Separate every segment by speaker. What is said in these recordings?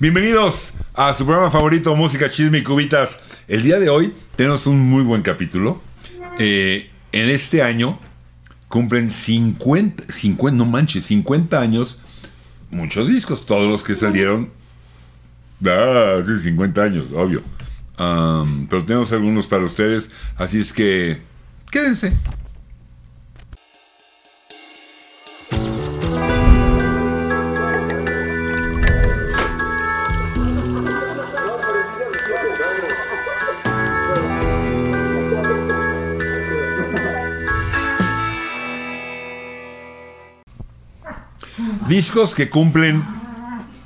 Speaker 1: Bienvenidos a su programa favorito, Música, Chisme y Cubitas. El día de hoy tenemos un muy buen capítulo. Eh, en este año cumplen 50, 50, no manches, 50 años, muchos discos, todos los que salieron ah, hace 50 años, obvio. Am, pero tenemos algunos para ustedes, así es que quédense. Discos que cumplen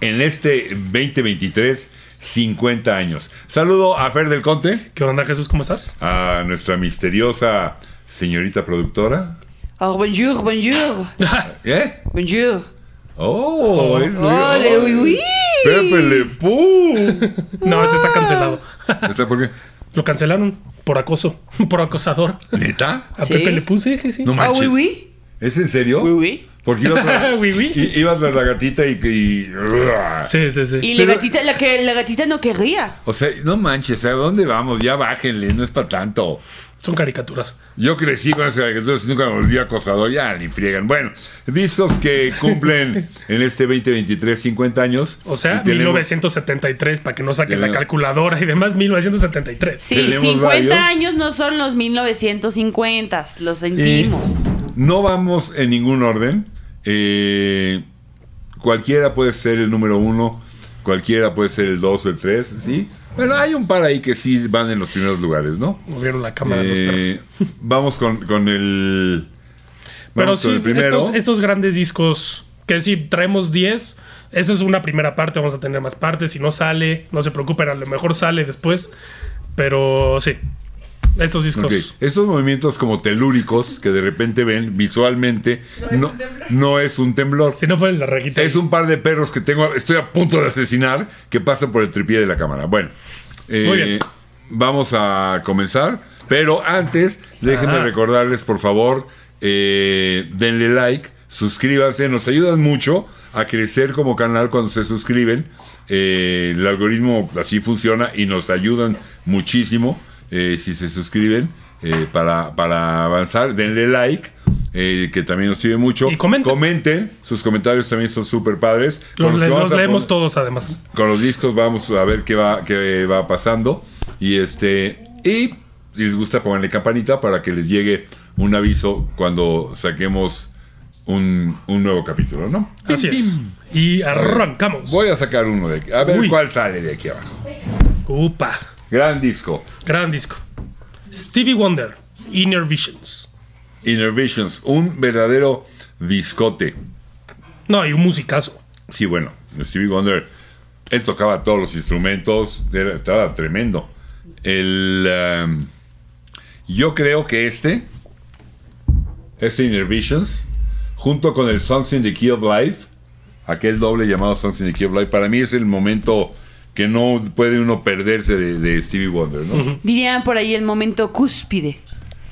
Speaker 1: en este 2023 50 años. Saludo a Fer del Conte,
Speaker 2: ¿Qué onda, Jesús? ¿Cómo estás?
Speaker 1: a nuestra misteriosa señorita productora.
Speaker 3: Alors bonjour, bonjour,
Speaker 1: ¿Eh?
Speaker 3: bonjour.
Speaker 1: Oh, es
Speaker 3: Ole, oui, oui.
Speaker 1: Pepe Le Pew.
Speaker 2: No, ese está cancelado.
Speaker 3: Ah.
Speaker 1: ¿Está por qué?
Speaker 2: Lo cancelaron por acoso, por acosador.
Speaker 1: ¿Neta?
Speaker 2: A
Speaker 3: Sí.
Speaker 2: Pepe le puse, sí, sí.
Speaker 1: No
Speaker 3: Ah,
Speaker 1: manches.
Speaker 3: oui, oui.
Speaker 1: ¿Es en serio?
Speaker 3: Oui, oui.
Speaker 1: Porque iba tras,
Speaker 2: Oui, oui.
Speaker 1: i- iba tras la gatita y... que- y-
Speaker 2: Sí, sí, sí.
Speaker 3: Y
Speaker 1: Pero-
Speaker 3: la gatita, la que la gatita no querría.
Speaker 1: O sea, no manches, ¿a dónde vamos? Ya bájenle, no es para tanto.
Speaker 2: Son caricaturas.
Speaker 1: Yo crecí con esas caricaturas y nunca me volví acosador. Ya, ni friegan. Bueno, discos que cumplen en este 2023 50 años.
Speaker 2: O sea,
Speaker 1: Y tenemos-
Speaker 2: 1973, para que no saquen la
Speaker 1: Tenemos-
Speaker 2: calculadora y demás, 1973.
Speaker 3: Sí,
Speaker 1: Tenemos
Speaker 3: 50
Speaker 1: varios.
Speaker 3: años no son los 1950, lo
Speaker 1: Y
Speaker 3: sentimos.
Speaker 1: no vamos en ningún orden. Eh, cualquiera puede ser el número uno, cualquiera puede ser el dos o el tres, ¿sí? Bueno, hay un par ahí que sí van en los primeros lugares, ¿no?
Speaker 2: Movieron la cámara los
Speaker 1: Eh,
Speaker 2: perros.
Speaker 1: vamos con, con el.
Speaker 2: Pero
Speaker 1: Vamos con
Speaker 2: sí,
Speaker 1: el primero.
Speaker 2: estos, estos grandes discos, que si traemos 10, esa es una primera parte, vamos a tener más partes. Si no sale, no se preocupen, a lo mejor sale después. Pero sí, estos discos.
Speaker 1: Ok, Estos movimientos como telúricos que de repente ven visualmente no, no es un temblor.
Speaker 2: Si no fue la rejita.
Speaker 1: Es un par de perros que tengo, estoy a punto de asesinar, que pasan por el tripié de la cámara. Bueno, eh,
Speaker 2: Muy bien.
Speaker 1: vamos a comenzar, pero antes déjenme
Speaker 2: Ajá.
Speaker 1: recordarles, por favor, eh, denle like, suscríbanse, nos ayudan mucho a crecer como canal cuando se suscriben. Eh, el algoritmo así funciona y nos ayudan muchísimo eh, si se suscriben eh, para, para avanzar. Denle like. eh, que también nos sirve mucho.
Speaker 2: Y comenten.
Speaker 1: Comenten, sus comentarios también son súper padres. Con
Speaker 2: Los,
Speaker 1: que
Speaker 2: le-
Speaker 1: vamos
Speaker 2: los
Speaker 1: a
Speaker 2: leemos
Speaker 1: poner-
Speaker 2: todos además.
Speaker 1: Con los discos vamos a ver qué va, qué va pasando. Y este. Y si les gusta, pónganle campanita para que les llegue un aviso cuando saquemos un, un nuevo capítulo, ¿no?
Speaker 2: Así
Speaker 1: Pim,
Speaker 2: es.
Speaker 1: pim.
Speaker 2: Y arrancamos.
Speaker 1: Voy a sacar uno de aquí. A ver
Speaker 2: Uy.
Speaker 1: cuál sale de aquí abajo.
Speaker 2: Upa.
Speaker 1: Gran disco.
Speaker 2: Gran disco. Stevie Wonder, Inner Visions.
Speaker 1: Inner Visions. Un verdadero discote.
Speaker 2: No, y un musicazo.
Speaker 1: Sí, bueno, Stevie Wonder, él tocaba todos los instrumentos, era- estaba tremendo. El, um, yo creo que este, este Inner Visions, junto con el Songs in the Key of Life, aquel doble llamado Songs in the Key of Life, para mí es el momento que no puede uno perderse de, de Stevie Wonder, ¿no?
Speaker 3: Dirían por ahí el momento cúspide.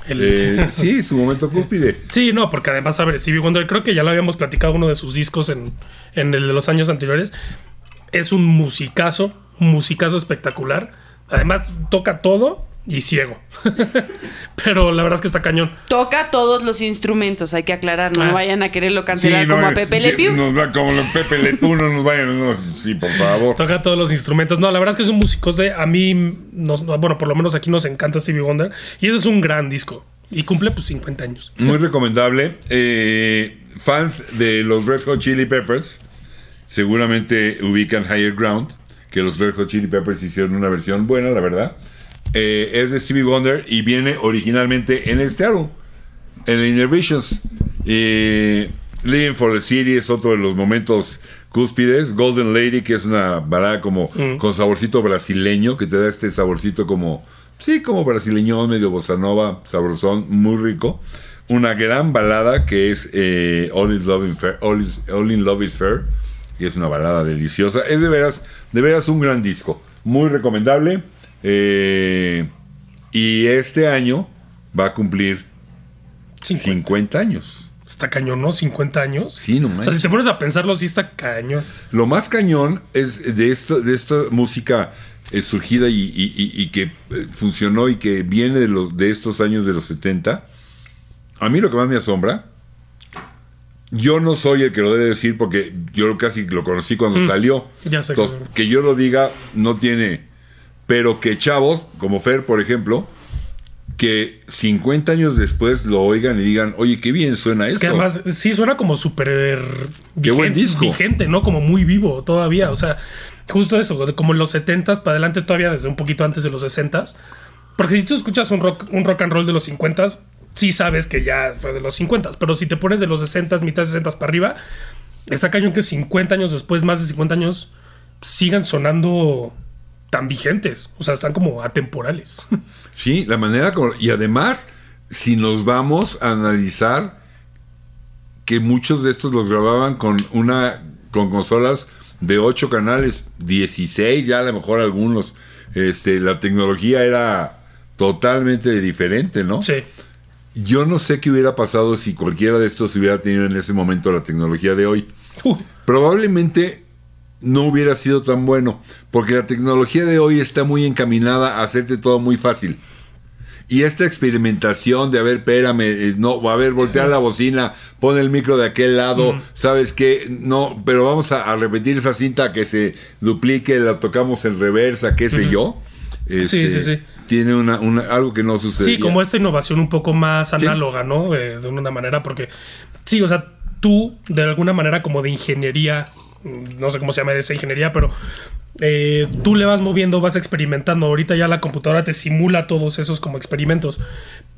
Speaker 2: El-
Speaker 1: Eh, sí, su momento cúspide.
Speaker 2: Sí, no, porque además, a ver, Stevie Wonder, creo que ya lo habíamos platicado uno de sus discos en, en el de los años anteriores. Es un musicazo, un musicazo espectacular. Además, toca todo y ciego. Pero la verdad es que está cañón.
Speaker 3: Toca todos los instrumentos, hay que aclarar, no
Speaker 2: Ah.
Speaker 3: vayan a quererlo cancelar
Speaker 1: Sí,
Speaker 3: como
Speaker 1: no, eh,
Speaker 3: a Pepe
Speaker 1: sí,
Speaker 3: Le Pew.
Speaker 1: nos va- como los Pepe Le Pew, no nos vayan. no, sí, por favor.
Speaker 2: Toca todos los instrumentos. No, la verdad es que es un músico de. A mí, nos- bueno, por lo menos aquí nos encanta Stevie Wonder. Y ese es un gran disco. Y cumple pues 50 años.
Speaker 1: Muy recomendable. Eh, fans de los Red Hot Chili Peppers seguramente ubican Higher Ground, que los Red Hot Chili Peppers hicieron una versión buena, la verdad. Eh, es de Stevie Wonder y viene originalmente en este álbum, en el Inner Visions. Eh, Living for the City es otro de los momentos cúspides. Golden Lady, que es una balada como con saborcito brasileño, que te da este saborcito como, sí, como brasileño, medio bossa nova, sabrosón, muy rico. Una gran balada que es eh, All, in Love in Fair- All is- All in Love is Fair, y es una balada deliciosa. Es de veras, de veras un gran disco, muy recomendable. Eh, y este año va a cumplir
Speaker 2: 50.
Speaker 1: 50 años.
Speaker 2: Está cañón, ¿no? 50 años.
Speaker 1: Sí, no
Speaker 2: O sea, si
Speaker 1: manches.
Speaker 2: te pones a pensarlo, sí está cañón.
Speaker 1: Lo más cañón es de esto, de esta música eh, surgida y, y- y- y que eh, funcionó y que viene de los de estos años de los 70. A mí lo que más me asombra, yo no soy el que lo debe decir porque yo casi lo conocí cuando salió.
Speaker 2: Mm, ya sé que-
Speaker 1: Entonces, que yo lo diga no tiene, pero que chavos como Fer, por ejemplo, que 50 años después lo oigan y digan, oye, qué bien suena
Speaker 2: Es
Speaker 1: esto.
Speaker 2: que además sí suena como súper
Speaker 1: Qué
Speaker 2: vigen-
Speaker 1: buen disco.
Speaker 2: vigente, ¿no? Como muy vivo todavía. O sea, justo eso, de como en los 70s para adelante, todavía desde un poquito antes de los 60s. Porque si tú escuchas un rock, un rock and roll de los 50s, sí sabes que ya fue de los 50s. Pero si te pones de los 60s, mitad 60s para arriba, está cañón que 50 años después, más de 50 años, sigan sonando tan vigentes. O sea, están como atemporales.
Speaker 1: Sí, la manera como- Y además, si nos vamos a analizar que muchos de estos los grababan con una con consolas de 8 canales, 16 ya a lo mejor algunos. Este, la tecnología era totalmente diferente, ¿no?
Speaker 2: Sí.
Speaker 1: Yo no sé qué hubiera pasado si cualquiera de estos hubiera tenido en ese momento la tecnología de hoy.
Speaker 2: Uh,
Speaker 1: Probablemente no hubiera sido tan bueno, porque la tecnología de hoy está muy encaminada a hacerte todo muy fácil. Y esta experimentación de, a ver, espérame, eh, no, a ver, voltea la bocina, pon el micro de aquel lado, ¿sabes qué? No, pero vamos a, a repetir esa cinta que se duplique, la tocamos en reversa, qué sé yo. Este,
Speaker 2: Sí, sí, sí.
Speaker 1: Tiene una, una- algo que no sucede.
Speaker 2: Sí, como esta innovación un poco más análoga, ¿no? Eh, De, de una manera, porque sí, o sea, tú de alguna manera como de ingeniería, mm, no sé cómo se llama esa ingeniería, pero eh, tú le vas moviendo, vas experimentando. Ahorita ya la computadora te simula todos esos como experimentos.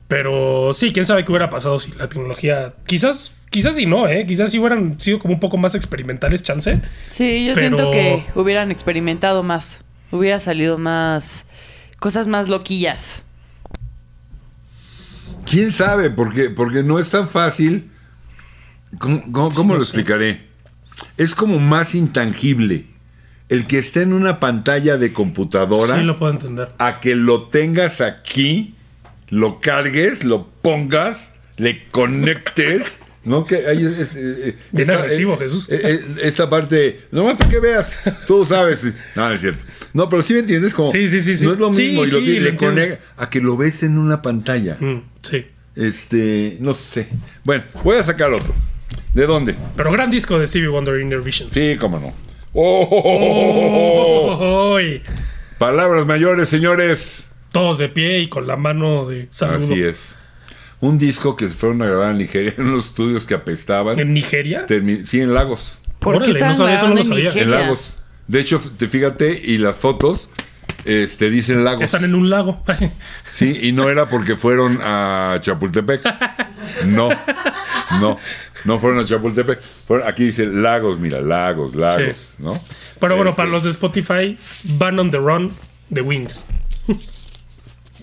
Speaker 2: Pero sí, quién sabe qué hubiera pasado si la tecnología, quizás, quizás sí no, ¿eh? Quizás sí hubieran sido como un poco más experimentales, chance.
Speaker 3: Sí, yo
Speaker 2: Pero-
Speaker 3: siento que hubieran experimentado más. Hubiera salido más. Cosas más loquillas.
Speaker 1: ¿Quién sabe? Porque, porque no es tan fácil. ¿Cómo, cómo-
Speaker 2: Sí,
Speaker 1: cómo
Speaker 2: no
Speaker 1: lo
Speaker 2: sé.
Speaker 1: explicaré? Es como más intangible el que esté en una pantalla de computadora
Speaker 2: Sí lo puedo entender.
Speaker 1: a que lo tengas aquí, lo cargues, lo pongas, le conectes. No, que hay es- eh, eh,
Speaker 2: Bien agresivo, Jesús.
Speaker 1: eh, eh, esta parte, nomás para que veas, tú sabes. No, no es cierto. No, pero sí me entiendes como.
Speaker 2: Sí, sí, sí, sí.
Speaker 1: No es lo
Speaker 2: Sí,
Speaker 1: mismo. y lo
Speaker 2: sí,
Speaker 1: que-
Speaker 2: lo
Speaker 1: le
Speaker 2: entiendo.
Speaker 1: conecta a que lo ves en una pantalla.
Speaker 2: Mm, sí.
Speaker 1: Este, no sé. Bueno, voy a sacar otro. ¿De dónde?
Speaker 2: Pero gran disco de Stevie Wonder Inner Visions.
Speaker 1: Sí, cómo no. Oh, oh, oh, oh, oh, oh.
Speaker 2: ¡Ay!
Speaker 1: Palabras mayores, señores.
Speaker 2: todos de pie y con la mano de saludo.
Speaker 1: Así es. Un disco que se fueron a grabar en Nigeria, en unos estudios que apestaban.
Speaker 2: ¿En Nigeria?
Speaker 1: Termi- sí, en Lagos.
Speaker 3: ¿Por qué
Speaker 2: Órale, no
Speaker 3: estaban
Speaker 2: sabía, eso no
Speaker 3: grabando
Speaker 2: lo
Speaker 3: en
Speaker 2: sabía.
Speaker 1: En
Speaker 3: Nigeria?
Speaker 1: Lagos. De hecho, f- te fíjate, y las fotos este, dicen Lagos.
Speaker 2: Están en un lago.
Speaker 1: Sí, y no era porque fueron a Chapultepec. No, no, no fueron a Chapultepec. Fueron- aquí dice Lagos, mira, Lagos, Lagos,
Speaker 2: Sí.
Speaker 1: ¿no?
Speaker 2: Pero bueno,
Speaker 1: Este,
Speaker 2: para los de Spotify, Van on the Run de Wings.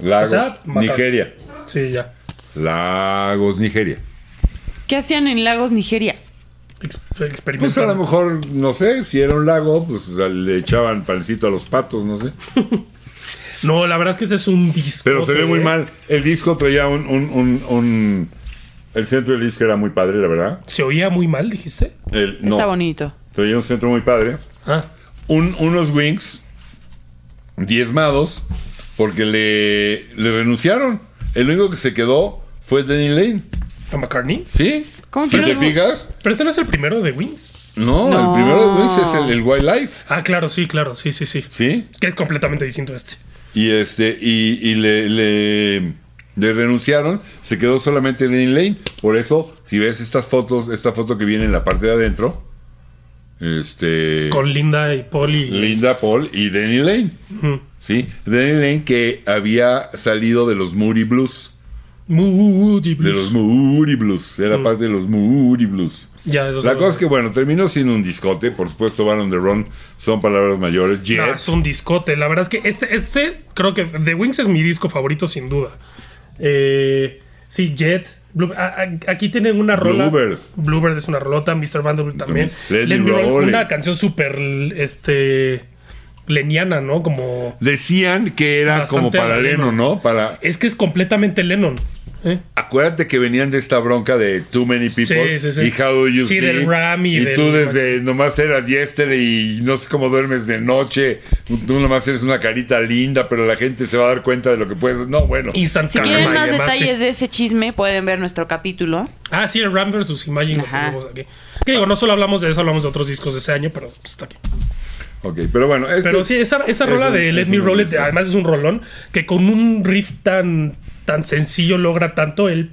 Speaker 1: Lagos,
Speaker 2: o sea, mata-
Speaker 1: Nigeria.
Speaker 2: Sí, ya.
Speaker 1: Lagos, Nigeria.
Speaker 3: ¿Qué hacían en Lagos, Nigeria?
Speaker 2: Ex-
Speaker 1: Pues a lo
Speaker 2: Experimentando.
Speaker 1: mejor, no sé, si era un lago, pues o sea, le echaban pancito a los patos, no sé.
Speaker 2: no, la verdad es que ese es un disco.
Speaker 1: Pero se ve
Speaker 2: que-
Speaker 1: muy mal. El disco traía un, un, un, un- El centro del disco era muy padre, la verdad.
Speaker 2: ¿Se oía muy mal, dijiste?
Speaker 1: El, no,
Speaker 3: Está bonito.
Speaker 1: traía un centro muy padre.
Speaker 2: Ah,
Speaker 1: un- unos Wings diezmados porque le, le renunciaron. El único que se quedó fue Danny Lane.
Speaker 2: a McCartney.
Speaker 1: ¿Sí?
Speaker 3: ¿Cómo
Speaker 1: si
Speaker 3: que
Speaker 1: te
Speaker 3: no?
Speaker 1: fijas,
Speaker 2: Pero este no es el primero de Wings.
Speaker 1: no,
Speaker 3: No.
Speaker 1: el primero de Wings es el, el Wildlife.
Speaker 2: Ah, claro, sí, claro. Sí, sí, sí.
Speaker 1: ¿Sí?
Speaker 2: Que es completamente distinto a este.
Speaker 1: Y este, y, y le, le, le renunciaron, se quedó solamente Danny Lane. Por eso, si ves estas fotos, esta foto que viene en la parte de adentro, este.
Speaker 2: Con Linda y Paul y.
Speaker 1: Linda Paul y Danny Lane.
Speaker 2: Ujú.
Speaker 1: ¿Sí? Danny Lane que había salido de los Moody Blues.
Speaker 2: Moody
Speaker 1: De
Speaker 2: Blues.
Speaker 1: los Moody Blues. Era
Speaker 2: Mm.
Speaker 1: parte de los Moody Blues.
Speaker 2: Ya, eso
Speaker 1: La cosa es que, bueno, terminó sin un discote. Por supuesto, Van on the Run son palabras mayores. Jet.
Speaker 2: No, es un discote. La verdad es que este, este creo que The Wings es mi disco favorito, sin duda. Eh, sí, Jet. Blue- a- a- aquí tienen una rola.
Speaker 1: Bluebird.
Speaker 2: Bluebird es una rolota. Mr. Vanderbilt también.
Speaker 1: También. Let
Speaker 2: Let
Speaker 1: It
Speaker 2: Me Roll,
Speaker 1: Roll.
Speaker 2: Una canción súper. Este. leniana, ¿no? Como.
Speaker 1: Decían que era
Speaker 2: Bastante
Speaker 1: como para
Speaker 2: a la
Speaker 1: Lennon,
Speaker 2: Lennon.
Speaker 1: ¿no? Para
Speaker 2: Es que es completamente Lennon. ¿eh?
Speaker 1: Acuérdate que venían de esta bronca de Too Many People
Speaker 2: Sí, sí, sí.
Speaker 1: y How Do You
Speaker 2: Sí,
Speaker 1: Sleep,
Speaker 2: del Ram y del-
Speaker 1: tú desde nomás eras Yester y no sé cómo duermes de noche. Tú nomás eres una carita linda, pero la gente se va a dar cuenta de lo que puedes. No, bueno.
Speaker 3: Si
Speaker 2: Instantáneo.
Speaker 3: quieren
Speaker 2: y
Speaker 3: más
Speaker 2: demás, sí.
Speaker 3: detalles de ese chisme, pueden ver nuestro capítulo.
Speaker 2: Ah, sí, el Ram versus Imagine lo
Speaker 3: Ajá.
Speaker 2: tenemos aquí. Que digo, no solo hablamos de eso, hablamos de otros discos de ese año, pero pues, está aquí.
Speaker 1: Ok, pero bueno. este-
Speaker 2: Pero sí, esa, esa
Speaker 1: es
Speaker 2: rola
Speaker 1: un-
Speaker 2: de Let
Speaker 1: es
Speaker 2: Me
Speaker 1: un
Speaker 2: Roll It,
Speaker 1: disco.
Speaker 2: además es un rolón, que con un riff tan, tan sencillo logra tanto el...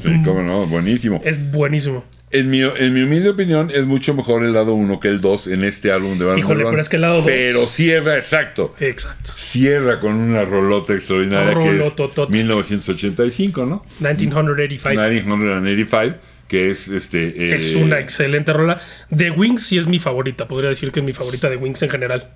Speaker 1: Sí, cómo no, buenísimo.
Speaker 2: Es buenísimo.
Speaker 1: En mi, en mi humilde opinión, es mucho mejor el lado 1 que el 2 en este álbum de Van
Speaker 2: Híjole,
Speaker 1: Halen.
Speaker 2: pero es que el lado dos-
Speaker 1: Pero cierra, exacto.
Speaker 2: Exacto.
Speaker 1: Cierra con una rolota extraordinaria que es
Speaker 2: Rolototota.
Speaker 1: 1985, ¿no?
Speaker 2: 1985.
Speaker 1: 1985, que es este. eh,
Speaker 2: Es una excelente rola. The Wings sí es mi favorita. Podría decir que es mi favorita de Wings en general.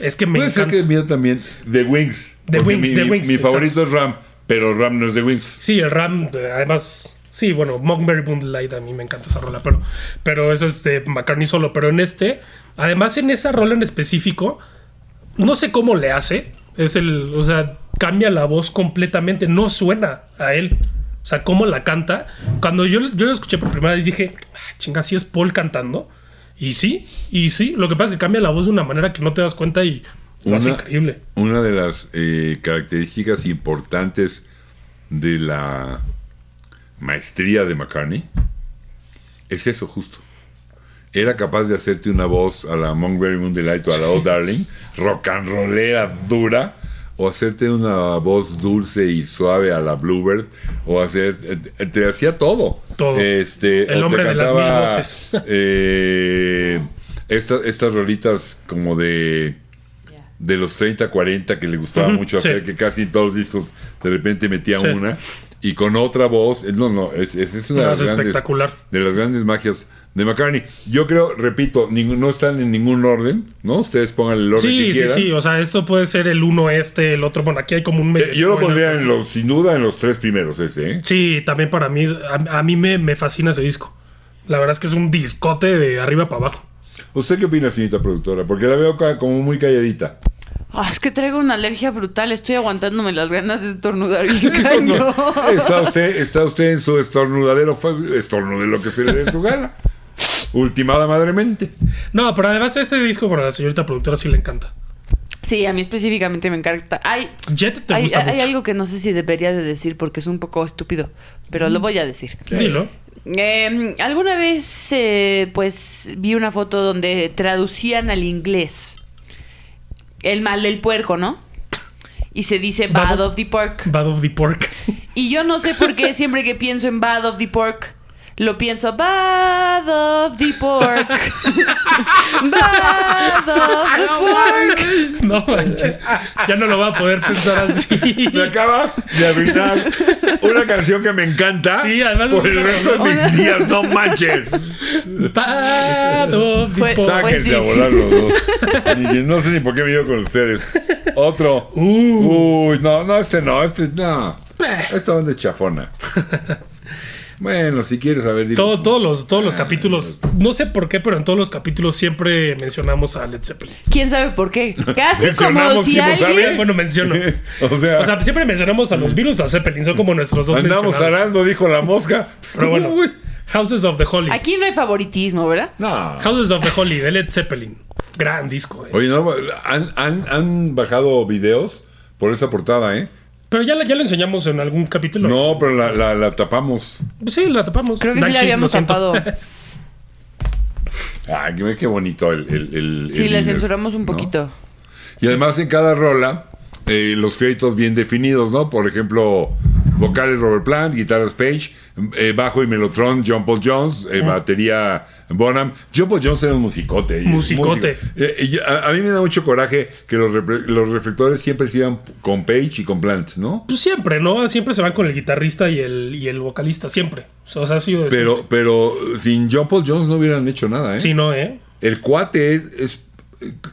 Speaker 2: Es que me
Speaker 1: Puede ser
Speaker 2: encanta.
Speaker 1: que mía también. The Wings.
Speaker 2: The
Speaker 1: porque
Speaker 2: Wings,
Speaker 1: mi,
Speaker 2: The
Speaker 1: mi-
Speaker 2: Wings,
Speaker 1: Mi
Speaker 2: exacto.
Speaker 1: favorito es Ram, pero Ram no es The Wings.
Speaker 2: Sí, el Ram, eh, además. Sí, bueno, Mockberry Moonlight a mí me encanta esa rola, pero, pero eso es de McCartney solo. Pero en este, además en esa rola en específico, no sé cómo le hace. Es el, o sea, cambia la voz completamente, no suena a él. O sea, cómo la canta. Cuando yo, yo lo escuché por primera vez dije, "Ah, chinga, sí es Paul cantando. Y sí, y sí. Lo que pasa es que cambia la voz de una manera que no te das cuenta y lo hace
Speaker 1: Una-
Speaker 2: increíble.
Speaker 1: Una de las eh, características importantes de la maestría de McCartney es eso, justo. Era capaz de hacerte una voz a la Monkberry Moon Delight o a la Oh Darling, rock and rollera dura, o hacerte una voz dulce y suave a la Bluebird, o hacer. Te, te hacía todo.
Speaker 2: Todo.
Speaker 1: Este,
Speaker 2: El
Speaker 1: o te
Speaker 2: hombre de las
Speaker 1: cantaba,
Speaker 2: mil voces.
Speaker 1: eh, esta- estas rolitas como de de los 30, 40 que le gustaba
Speaker 2: Ujú,
Speaker 1: mucho hacer,
Speaker 2: sí.
Speaker 1: que casi en todos los discos de repente metía
Speaker 2: Sí.
Speaker 1: una y con otra voz. eh, No, no, es, es- es una de
Speaker 2: No,
Speaker 1: las,
Speaker 2: es
Speaker 1: grandes,
Speaker 2: espectacular.
Speaker 1: de las grandes magias de McCartney. Yo creo, repito, ningún- no están en ningún orden, ¿no? Ustedes pongan el orden que
Speaker 2: Sí, sí,
Speaker 1: quieran.
Speaker 2: sí. O sea, esto puede ser el uno este, el otro. Bueno, aquí hay como un medio.
Speaker 1: Eh, yo lo pondría en los, sin duda en los tres primeros, este, ¿eh?
Speaker 2: Sí, también para mí. A, a mí me, me fascina ese disco. La verdad es que es un discote de arriba para abajo.
Speaker 1: ¿Usted qué opina, señorita productora? Porque la veo ca- como muy calladita.
Speaker 3: Ah, es que traigo una alergia brutal. Estoy aguantándome las ganas de estornudar bien
Speaker 1: Eso no. Eh.
Speaker 3: cañón.
Speaker 1: Está usted, está usted en su estornudadero, fue estornude lo que se le dé su gana. Ultimada madremente.
Speaker 2: No, pero además este disco para la señorita productora sí le encanta.
Speaker 3: Sí, a mí específicamente me encanta. Ay,
Speaker 2: Jet te
Speaker 3: hay,
Speaker 2: gusta
Speaker 3: hay- hay
Speaker 2: mucho.
Speaker 3: algo que no sé si debería de decir porque es un poco estúpido, pero
Speaker 1: Mm.
Speaker 3: lo voy a decir.
Speaker 2: Dilo.
Speaker 3: Eh, alguna vez, eh, pues, vi una foto donde traducían al inglés el mal del puerco, ¿no? Y se dice bad
Speaker 2: Bad-
Speaker 3: of the pork.
Speaker 2: Bad of the Pork.
Speaker 3: Y yo no sé por qué siempre que pienso en bad of the pork, lo pienso bad of the pork. bad of the pork.
Speaker 2: No manches. Ya no lo va a poder pensar así.
Speaker 1: Me acabas de avisar una canción que me encanta
Speaker 2: Sí, además
Speaker 1: por
Speaker 2: es
Speaker 1: el
Speaker 2: una Pues
Speaker 1: resto de mis días, no manches.
Speaker 2: Bad of the
Speaker 3: Fue-
Speaker 2: Pork.
Speaker 1: Sáquense
Speaker 3: sí.
Speaker 1: a volar los dos. Ni- no sé ni por qué me ido con ustedes. Otro.
Speaker 2: Uh.
Speaker 1: Uy, no, no, este no, este no.
Speaker 2: Eh.
Speaker 1: Esta onda es chafona. Bueno, si quieres saber, dilo.
Speaker 2: Todo- todos los, todos los capítulos, no sé por qué, pero en todos los capítulos siempre mencionamos a Led Zeppelin.
Speaker 3: ¿Quién sabe por qué? Casi como
Speaker 1: Mencionamos
Speaker 3: si
Speaker 1: tipos,
Speaker 3: alguien...
Speaker 1: ¿sabe?
Speaker 2: Bueno, menciono.
Speaker 1: o sea,
Speaker 2: O sea, siempre mencionamos a los Beatles, a Zeppelin, son como nuestros dos
Speaker 1: andamos
Speaker 2: mencionados.
Speaker 1: arando, dijo la mosca. Pues,
Speaker 2: Pero bueno,
Speaker 1: ¿cómo, güey?
Speaker 2: Houses of the Holy.
Speaker 3: Aquí no hay favoritismo, ¿verdad?
Speaker 1: No.
Speaker 2: Houses of the Holy de Led Zeppelin. Gran disco. eh.
Speaker 1: Oye, no, han, han- han bajado videos por esa portada, ¿eh?
Speaker 2: Pero ya, la- ya lo enseñamos en algún capítulo.
Speaker 1: No, pero la, la- la tapamos.
Speaker 2: Pues Sí, la tapamos.
Speaker 3: Creo que sí
Speaker 2: Nachi,
Speaker 3: la
Speaker 2: lo
Speaker 3: habíamos
Speaker 2: siento.
Speaker 3: tapado.
Speaker 1: Ay, qué, qué bonito el. el- el- el
Speaker 3: Sí, la
Speaker 1: líder,
Speaker 3: censuramos un
Speaker 1: ¿no?
Speaker 3: poquito.
Speaker 1: Y además en cada rola, eh, los créditos bien definidos, ¿no? Por ejemplo, vocales Robert Plant, guitarras Page, eh, bajo y melotron John Paul Jones,
Speaker 3: Mm.
Speaker 1: eh, batería Bonham. John Paul Jones era un musicote. y-
Speaker 2: Musicote.
Speaker 1: músico. Eh, y yo- a, a mí me da mucho coraje que los, repre- los reflectores siempre sigan con Page y con Plant, ¿no?
Speaker 2: Pues siempre, ¿no? Siempre se van con el guitarrista y el, y el vocalista, siempre. O sea, ha sido de
Speaker 1: Pero, pero sin John Paul Jones no hubieran hecho nada, ¿eh?
Speaker 2: Pues Sí, no, ¿eh?
Speaker 1: El cuate es, es-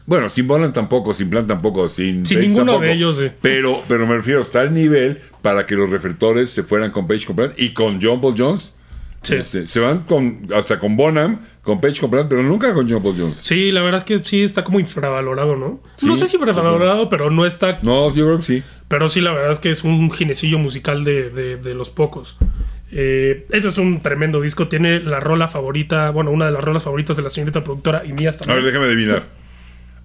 Speaker 1: bueno, sin Bolan tampoco, sin Plan tampoco, sin,
Speaker 2: Sin
Speaker 1: Page
Speaker 2: ninguno
Speaker 1: tampoco.
Speaker 2: de ellos, eh.
Speaker 1: Pero, pero me refiero, está el nivel para que los reflectores se fueran con Page, con Plan y con John Paul Jones.
Speaker 2: Sí.
Speaker 1: Este, se van con hasta con Bonham, con Page Complan, pero nunca con John Paul Jones.
Speaker 2: Sí, la verdad es que sí está como infravalorado, ¿no? no
Speaker 1: Sí,
Speaker 2: sé si infravalorado, pero no está.
Speaker 1: No, yo creo que sí.
Speaker 2: Pero sí, la verdad es que es un ginecillo musical de, de- de los pocos. Eh, ese es un tremendo disco. Tiene la rola favorita, bueno, una de las rolas favoritas de la señorita productora y mías
Speaker 1: A ver,
Speaker 2: también.
Speaker 1: déjame adivinar.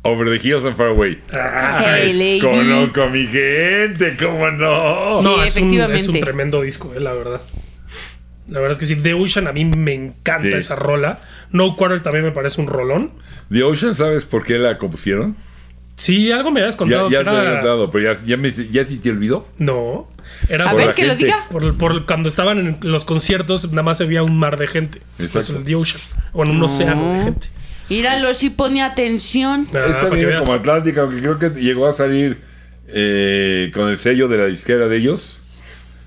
Speaker 1: Over the Hills and Far Away.
Speaker 2: Ah,
Speaker 3: Hey, lady.
Speaker 1: Conozco a mi gente, ¿cómo no?
Speaker 2: no,
Speaker 3: Sí,
Speaker 2: es, un, es un
Speaker 3: efectivamente.
Speaker 2: tremendo disco, eh, la verdad. La verdad es que sí, The Ocean a mí me encanta
Speaker 1: Sí.
Speaker 2: esa rola. No Quarter también me parece un rolón.
Speaker 1: The Ocean, ¿sabes por qué la compusieron?
Speaker 2: Sí, algo me habías
Speaker 1: Ya,
Speaker 2: contado.
Speaker 1: ya
Speaker 2: que
Speaker 1: te lo
Speaker 2: era-
Speaker 1: he contado, pero ya, ya, me, ya se te olvidó.
Speaker 2: No, era por
Speaker 3: A
Speaker 1: Por
Speaker 3: ver,
Speaker 1: la
Speaker 3: que lo
Speaker 1: gente.
Speaker 3: diga.
Speaker 2: Por, por cuando estaban en los conciertos, nada más se veía un mar de gente.
Speaker 1: Exacto.
Speaker 2: Pues, el The Ocean. O en un océano de gente.
Speaker 3: Míralo, si pone atención.
Speaker 2: Nada,
Speaker 1: Esta
Speaker 2: para que
Speaker 1: viene
Speaker 2: veas.
Speaker 1: como Atlántica, aunque creo que llegó a salir eh, con el sello de la disquera de ellos.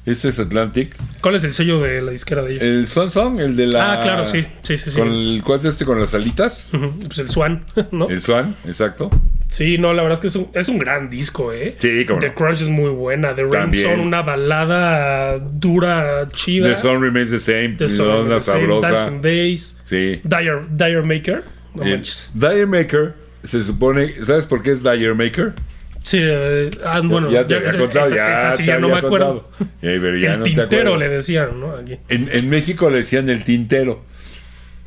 Speaker 1: Este es Atlantic.
Speaker 2: ¿Cuál es el sello de la disquera de ellos?
Speaker 1: El Sun Song, el de la.
Speaker 2: Ah, claro, sí, sí, sí, sí.
Speaker 1: Con el cuate este con las alitas.
Speaker 2: Ujú, Pues el Swan, ¿no?
Speaker 1: El Swan, exacto.
Speaker 2: Sí, no, la verdad es que es un, es un gran disco, ¿eh?
Speaker 1: Sí, cómo
Speaker 2: The
Speaker 1: no.
Speaker 2: Crunch es muy buena. The Rain
Speaker 1: También.
Speaker 2: Son, una balada dura, chida.
Speaker 1: The Sun Remains the Same.
Speaker 2: The Sun,
Speaker 1: onda
Speaker 2: es decir, Dance
Speaker 1: sabrosa.
Speaker 2: and Days.
Speaker 1: Sí.
Speaker 2: Dire, Dire Maker. No
Speaker 1: Eh,
Speaker 2: manches.
Speaker 1: Dire Maker se supone. ¿Sabes por qué es Dire Maker?
Speaker 2: Sí, eh, ah, bueno,
Speaker 1: ya te
Speaker 2: esa-
Speaker 1: había contado,
Speaker 2: esa-
Speaker 1: ya,
Speaker 2: esa sí,
Speaker 1: te
Speaker 2: ya no me
Speaker 1: había
Speaker 2: acuerdo.
Speaker 1: contado. Eh, pero ya
Speaker 2: el
Speaker 1: no te
Speaker 2: tintero
Speaker 1: acuerdas.
Speaker 2: le decían, ¿no? Aquí.
Speaker 1: En, en México le decían el tintero.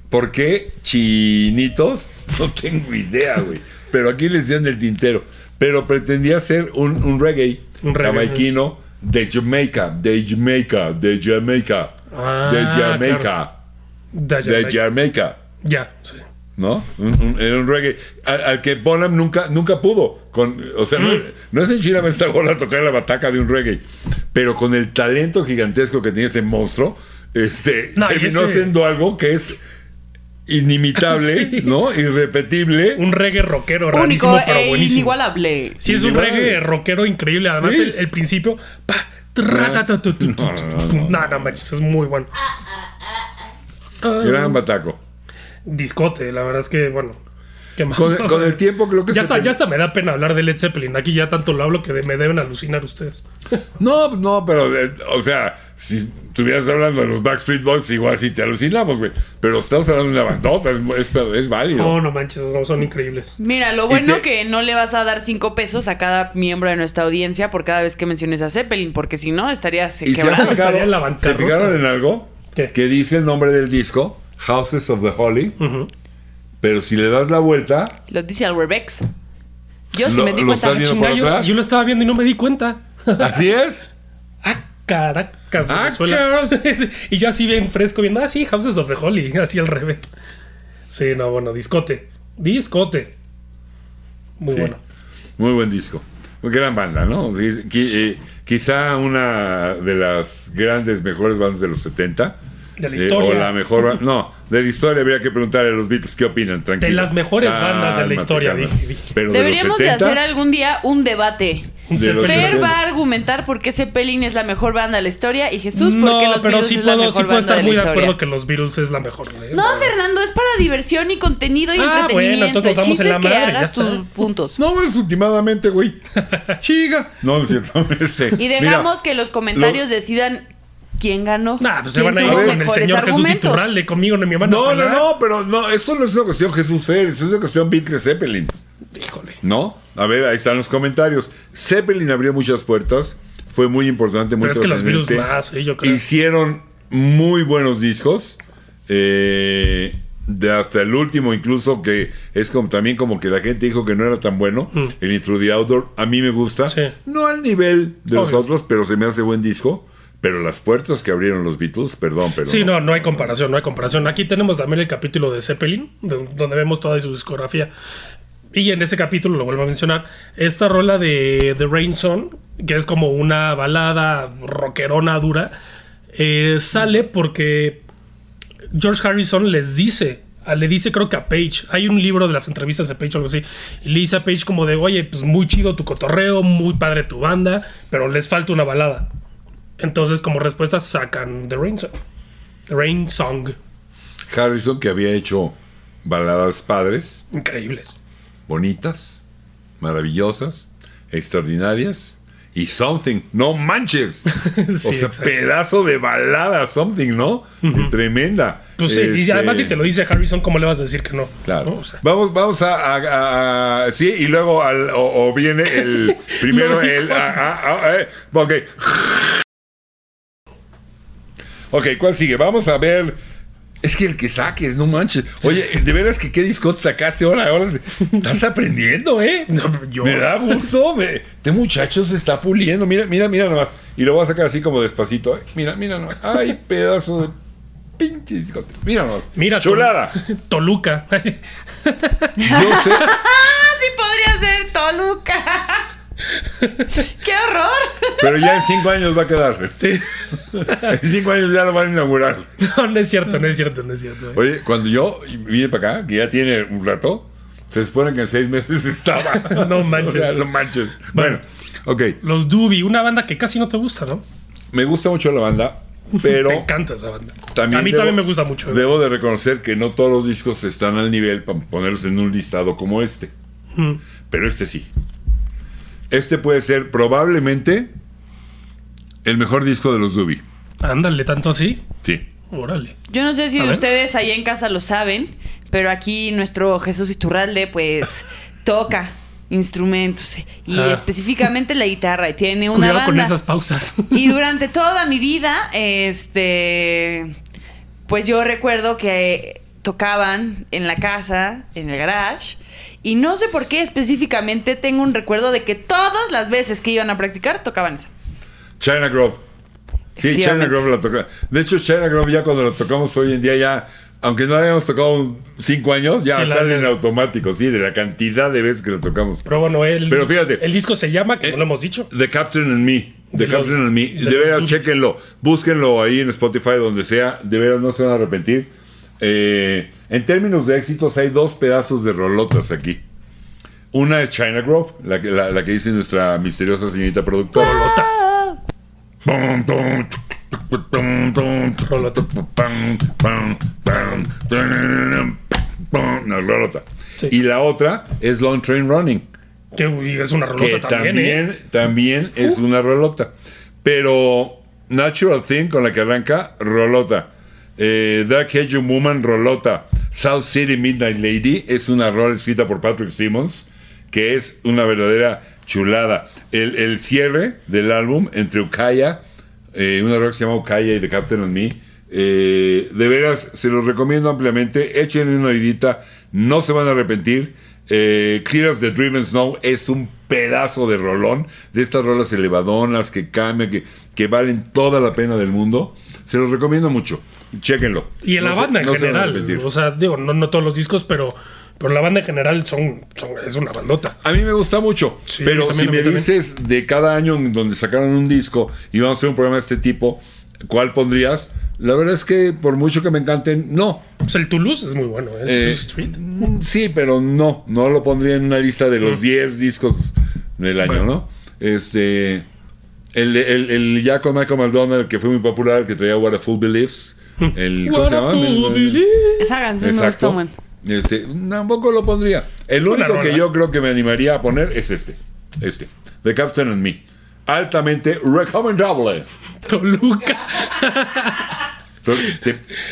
Speaker 1: ¿Por qué chinitos? No tengo idea, güey. Pero aquí le decían el tintero. Pero pretendía ser un, un reggae
Speaker 2: Un reggae,
Speaker 1: jamaiquino de Jamaica, de Jamaica, de Jamaica,
Speaker 2: Ah,
Speaker 1: de Jamaica,
Speaker 2: Dire
Speaker 1: de
Speaker 2: Maker.
Speaker 1: Jamaica,
Speaker 2: Ya, sí.
Speaker 1: ¿no? Un- un- era un reggae al, al que Bonham nunca, nunca pudo. Con, o sea,
Speaker 2: Mm.
Speaker 1: no, no es en China esta bola tocar la bataca de un reggae, pero con el talento gigantesco que tiene ese monstruo, este,
Speaker 2: No, y
Speaker 1: terminó
Speaker 2: ese-
Speaker 1: siendo algo que es inimitable,
Speaker 2: Sí.
Speaker 1: ¿no? Irrepetible.
Speaker 2: Un reggae rockero rarísimo,
Speaker 3: Único
Speaker 2: pero
Speaker 3: e
Speaker 2: buenísimo.
Speaker 3: inigualable.
Speaker 2: Sí, es un
Speaker 1: Inigualable.
Speaker 2: reggae rockero increíble. Además,
Speaker 1: eh, Sí.
Speaker 2: el, el principio. pa, tra, ta, ta, tu, tu, tu,
Speaker 1: No,
Speaker 2: tu,
Speaker 1: no, no,
Speaker 2: tu.
Speaker 1: no.
Speaker 2: No, no manches, es muy bueno. Ah,
Speaker 1: Gran bataco.
Speaker 2: Discote, la verdad es que, bueno. qué mal.
Speaker 1: Con, con el tiempo creo que
Speaker 2: Ya
Speaker 1: se
Speaker 2: hasta,
Speaker 1: te-
Speaker 2: ya hasta me da pena hablar de Led Zeppelin. Aquí ya tanto lo hablo que de- me deben alucinar ustedes.
Speaker 1: No, no, pero, eh, o sea, si estuvieras hablando de los Backstreet Boys, igual sí te alucinamos, güey. Pero estamos hablando de una bandota, es, es- es válido.
Speaker 2: No, no manches, no, son increíbles.
Speaker 3: Mira, lo
Speaker 1: Y
Speaker 3: bueno
Speaker 1: te-
Speaker 3: que no le vas a dar cinco pesos a cada miembro de nuestra audiencia por cada vez que menciones a Zeppelin, porque si no estarías
Speaker 1: Y se, han
Speaker 3: quebrado.
Speaker 1: fijado,
Speaker 2: Estaría en la bancarrota.
Speaker 1: ¿se fijaron en algo
Speaker 2: ¿Qué?
Speaker 1: que dice el nombre del disco, Houses of the Holy,
Speaker 2: Ujú.
Speaker 1: pero si le das la vuelta,
Speaker 3: Lo dice al Rebex. Yo sí
Speaker 1: Lo-
Speaker 3: me di
Speaker 1: lo
Speaker 3: cuenta.
Speaker 1: estás viendo
Speaker 2: Chinga,
Speaker 1: por
Speaker 2: yo,
Speaker 1: atrás.
Speaker 2: yo lo estaba viendo y no me di cuenta.
Speaker 1: así es.
Speaker 2: Ah, Caracas,
Speaker 1: Ah,
Speaker 2: Venezuela. y yo así bien fresco viendo, ah, sí, Houses of the Holy, así al revés. Sí, no, bueno, discote. Discote. Muy
Speaker 1: Sí.
Speaker 2: bueno.
Speaker 1: Muy buen disco. Gran banda, ¿no? Sí, qui- eh, quizá una de las grandes, mejores bandas de los 70.
Speaker 2: De la
Speaker 1: Eh,
Speaker 2: historia.
Speaker 1: o la mejor. ba- No, de la historia habría que preguntar a los Beatles qué opinan, tranquilo.
Speaker 2: De las mejores bandas de la
Speaker 1: Cálmate,
Speaker 2: historia,
Speaker 1: cálmate.
Speaker 2: dije, dije.
Speaker 1: Pero de los
Speaker 3: Deberíamos de
Speaker 1: 70,
Speaker 3: hacer algún día un debate.
Speaker 2: Un
Speaker 1: De los
Speaker 2: Zeppelin.
Speaker 1: Pero-
Speaker 3: Fer va a argumentar por qué Zeppelin es la mejor banda de la historia y Jesús por qué los Beatles
Speaker 2: sí
Speaker 3: es la
Speaker 2: puedo,
Speaker 3: mejor
Speaker 2: sí puedo
Speaker 3: banda
Speaker 2: estar
Speaker 3: de la
Speaker 2: muy de
Speaker 3: historia.
Speaker 2: acuerdo que los Beatles es la mejor. ¿eh?
Speaker 3: No, Fernando, es para diversión y contenido y
Speaker 2: Ah, bueno,
Speaker 3: entretenimiento.
Speaker 2: entonces nos
Speaker 3: El
Speaker 2: damos
Speaker 3: chiste
Speaker 2: en la
Speaker 3: es que
Speaker 2: madre,
Speaker 3: hagas
Speaker 2: ya está.
Speaker 3: tus puntos.
Speaker 1: No, es últimamente, güey. Chiga. No, no es cierto. este,
Speaker 3: Y
Speaker 1: mira,
Speaker 3: dejamos que los comentarios decidan quién ganó.
Speaker 2: Nah, pues se
Speaker 3: quién
Speaker 2: van a ir
Speaker 3: tuvo
Speaker 2: con el
Speaker 3: mejores
Speaker 2: señor Jesús
Speaker 3: argumentos.
Speaker 2: Iturralde conmigo, no mi hermano.
Speaker 1: No, no, no, pero no, esto no es una cuestión Jesús Fer, esto es una cuestión Beatles Zeppelin,
Speaker 2: Híjole.
Speaker 1: ¿no? A ver, ahí están los comentarios. Zeppelin abrió muchas puertas, fue muy importante, muy
Speaker 2: Pero es que los Beatles
Speaker 1: trascendente.
Speaker 2: más, eh, yo creo.
Speaker 1: Hicieron muy buenos discos, eh, de hasta el último incluso, que es como también como que la gente dijo que no era tan bueno,
Speaker 2: Mm.
Speaker 1: el Intro the Outdoor, a mí me gusta,
Speaker 2: Sí.
Speaker 1: no al nivel de los
Speaker 2: Obvio.
Speaker 1: otros, pero se me hace buen disco. Pero las puertas que abrieron los Beatles, perdón, pero
Speaker 2: Sí, no, no hay comparación, no hay comparación. Aquí tenemos también el capítulo de Zeppelin, de- donde vemos toda su discografía. Y en ese capítulo, lo vuelvo a mencionar, esta rola de The Rain Song, que es como una balada rockerona dura, eh, sale porque George Harrison les dice, a- le dice creo que a Page, hay un libro de las entrevistas de Page o algo así, y le dice a Page como de, oye, pues muy chido tu cotorreo, muy padre tu banda, pero les falta una balada. Entonces como respuesta sacan The Rain Song. The Rain Song,
Speaker 1: Harrison que había hecho baladas padres,
Speaker 2: increíbles.
Speaker 1: bonitas, maravillosas, extraordinarias, y Something. No manches. o
Speaker 2: Sí,
Speaker 1: sea,
Speaker 2: exacto.
Speaker 1: pedazo de balada, Something, ¿no? Tremenda.
Speaker 2: Pues sí, y
Speaker 1: Este,
Speaker 2: además si te lo dice Harrison, ¿cómo le vas a decir que no?
Speaker 1: Claro.
Speaker 2: ¿No? O sea,
Speaker 1: vamos, vamos a, a- a- a- sí, y luego al- o, o viene el primero
Speaker 2: No,
Speaker 1: el ah, ah, ah, eh, ok. Ok, ¿cuál sigue? Vamos a ver. Es que el que saques, no manches. Oye, de veras que qué discot sacaste ahora, ahora estás aprendiendo, ¿eh?
Speaker 2: No, yo-
Speaker 1: Me da gusto, me- este muchacho se está puliendo. Mira, mira, mira nomás. Y lo voy a sacar así como despacito. ¿eh? Mira, mira nomás. Ay, pedazo de pinche discote. Mira nomás.
Speaker 2: mira, Tol-
Speaker 1: Chulada.
Speaker 2: Toluca.
Speaker 1: Yo sé.
Speaker 3: ¡Ah, Sí podría ser Toluca. ¡Qué horror!
Speaker 1: Pero ya en cinco años va a quedar.
Speaker 2: sí.
Speaker 1: En cinco años ya lo van a inaugurar.
Speaker 2: No, no es cierto, no es cierto, no es cierto.
Speaker 1: Oye, cuando yo vine para acá, que ya tiene un rato, se supone que en seis meses estaba.
Speaker 2: No manches.
Speaker 1: O sea, no manches. Bueno, ok.
Speaker 2: Los Dubi, una banda que casi no te gusta, ¿no?
Speaker 1: Me gusta mucho la banda, pero
Speaker 2: Te encanta esa banda.
Speaker 1: también.
Speaker 2: a mí
Speaker 1: debo-
Speaker 2: también me gusta mucho. ¿eh?
Speaker 1: Debo de reconocer que no todos los discos están al nivel para ponerlos en un listado como este.
Speaker 2: Mm.
Speaker 1: Pero este sí. Este puede ser probablemente el mejor disco de los Dubi.
Speaker 2: Ándale, tanto así.
Speaker 1: Sí.
Speaker 2: Órale.
Speaker 3: Yo no sé si
Speaker 2: A ver.
Speaker 3: ustedes ahí en casa lo saben, pero aquí nuestro Jesús Iturralde, pues, toca instrumentos y
Speaker 2: Ah.
Speaker 3: específicamente la guitarra y tiene una
Speaker 2: Cuidado
Speaker 3: banda.
Speaker 2: con esas pausas.
Speaker 3: Y durante toda mi vida, este, pues yo recuerdo que tocaban en la casa, en el garage, y no sé por qué específicamente tengo un recuerdo de que todas las veces que iban a practicar tocaban esa.
Speaker 1: China Grove. Sí, China
Speaker 3: Efectivamente.
Speaker 1: Grove la tocó. De hecho, China Grove ya cuando la tocamos hoy en día ya, aunque no la hayamos tocado cinco años, ya
Speaker 2: Sí, la-
Speaker 1: sale en automático, sí, de la cantidad de veces que la tocamos.
Speaker 2: Pero bueno, el,
Speaker 1: Pero fíjate.
Speaker 2: el disco se llama, que
Speaker 1: Eh,
Speaker 2: no lo hemos dicho.
Speaker 1: The Captain and Me. The
Speaker 2: De los-
Speaker 1: Captain and Me.
Speaker 2: de
Speaker 1: De,
Speaker 2: los
Speaker 1: veras,
Speaker 2: Dubis.
Speaker 1: chequenlo. Búsquenlo ahí en Spotify, donde sea. De veras, no se van a arrepentir. Eh, en términos de éxitos, hay dos pedazos de rolotas aquí. Una es China Grove, la que, la, la que dice nuestra misteriosa señorita productora.
Speaker 2: Rolota. Rolota.
Speaker 1: No, rolota.
Speaker 2: Sí.
Speaker 1: Y la otra es Long Train Running,
Speaker 2: Que uy, es una rolota
Speaker 1: que
Speaker 2: también,
Speaker 1: también,
Speaker 2: ¿eh?
Speaker 1: también, es una rolota. Pero Natural Thing, con la que arranca, rolota. Eh, Dark Hedge Woman, rolota. South City Midnight Lady es una rola escrita por Patrick Simmons, que es una verdadera chulada. El, el cierre del álbum entre Ukaya eh, una rola que se llama Okaya y The Captain and Me. Eh, de veras, se los recomiendo ampliamente. Échenle una oidita, no se van a arrepentir. Eh, Clear as the Driven Snow es un pedazo de rolón de estas rolas elevadonas que cambian, que, que valen toda la pena del mundo. Se los recomiendo mucho. Chéquenlo.
Speaker 2: Y en
Speaker 1: No
Speaker 2: la
Speaker 1: se-
Speaker 2: banda en
Speaker 1: no se van a
Speaker 2: general.
Speaker 1: arrepentir.
Speaker 2: O sea, digo, no, no todos los discos, pero, pero la banda en general son, son- es una bandota.
Speaker 1: A mí me gusta mucho,
Speaker 2: Sí,
Speaker 1: pero
Speaker 2: también,
Speaker 1: si
Speaker 2: a mí
Speaker 1: me
Speaker 2: también.
Speaker 1: dices de cada año en donde sacaron un disco y vamos a hacer un programa de este tipo, ¿cuál pondrías? La verdad es que por mucho que me encanten, no.
Speaker 2: Pues el Toulouse es muy bueno, ¿eh? El
Speaker 1: Eh,
Speaker 2: Toulouse Street.
Speaker 1: Mm, Sí, pero no, no lo pondría en una lista de los 10 discos del año,
Speaker 2: Mm.
Speaker 1: ¿no?
Speaker 2: Bueno.
Speaker 1: Este, el, el, el ya con Michael McDonald, que fue muy popular, que traía What a Fool Believes. El, ¿Cómo
Speaker 2: Mm. What
Speaker 1: se
Speaker 2: a
Speaker 1: llama?
Speaker 2: fool
Speaker 1: El- el-
Speaker 2: believes.
Speaker 3: Esa canción me gustó,
Speaker 1: Exacto.
Speaker 3: güey.
Speaker 1: Este, tampoco lo pondría. El
Speaker 2: buena
Speaker 1: único que
Speaker 2: rola.
Speaker 1: yo creo que me animaría a poner es este. Este. The Captain and Me. Altamente recomendable.
Speaker 2: Toluca.
Speaker 1: Entonces, te-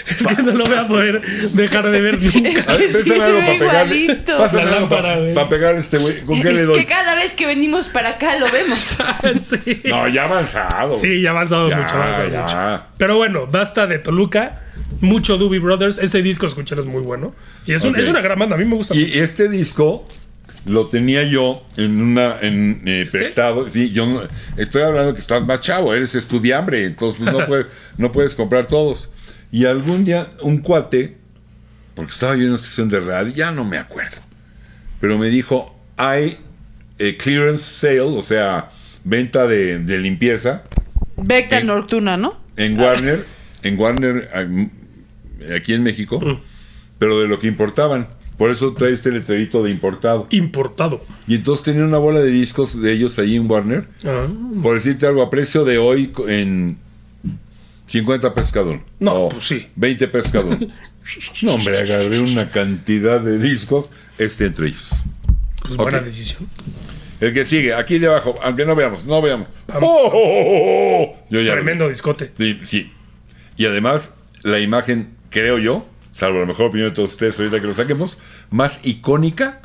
Speaker 2: Es que no lo voy a poder dejar de ver nunca.
Speaker 1: A ver,
Speaker 3: Es que
Speaker 1: préstame
Speaker 3: se
Speaker 1: algo
Speaker 3: ve
Speaker 1: para pegarle.
Speaker 3: igualito.
Speaker 1: Pásame
Speaker 2: La
Speaker 1: algo pa-
Speaker 2: lámpara, güey.
Speaker 1: pa pegar este güey. ¿Con qué le
Speaker 3: Es
Speaker 1: doy?
Speaker 3: que cada vez que venimos para acá lo vemos.
Speaker 2: sí.
Speaker 1: No, ya avanzado.
Speaker 2: Sí, ya ha avanzado
Speaker 1: Ya,
Speaker 2: mucho, ha avanzado
Speaker 1: ya.
Speaker 2: mucho. Pero bueno, basta de Toluca. Mucho Doobie Brothers. Este disco, escuchar es muy bueno. Y es, un-
Speaker 1: Ok.
Speaker 2: es una gran banda. A mí me gusta mucho.
Speaker 1: Y este disco lo tenía yo en una en eh, prestado. Sí, yo no- estoy hablando que estás más chavo, eres estudiambre, entonces pues, no puedes no puedes comprar todos. Y algún día un cuate, porque estaba yo en una estación de radio, ya no me acuerdo, pero me dijo hay eh, clearance sale, o sea, venta de, de limpieza
Speaker 3: Vecta
Speaker 1: Sí.
Speaker 3: nocturna, ¿no?
Speaker 1: en Warner, en Warner a- aquí en México, pero de lo que importaban. Por eso trae este letrerito de importado.
Speaker 2: Importado.
Speaker 1: Y entonces tenía una bola de discos de ellos ahí en Warner.
Speaker 2: Ah.
Speaker 1: Por decirte algo, a precio de hoy co- en 50 pesos cada uno.
Speaker 2: No,
Speaker 1: O
Speaker 2: pues sí.
Speaker 1: 20 pesos cada uno. No, hombre, agarré una cantidad de discos, este entre ellos.
Speaker 2: Pues
Speaker 1: Ok.
Speaker 2: buena decisión.
Speaker 1: El que sigue, aquí de abajo, aunque no veamos, no veamos.
Speaker 2: Vamos.
Speaker 1: ¡Oh, oh, oh, oh! Yo ya lo vi.
Speaker 2: Ah. Tremendo discote.
Speaker 1: Sí, sí. Y además, la imagen, creo yo, salvo la mejor opinión de todos ustedes ahorita que lo saquemos, más icónica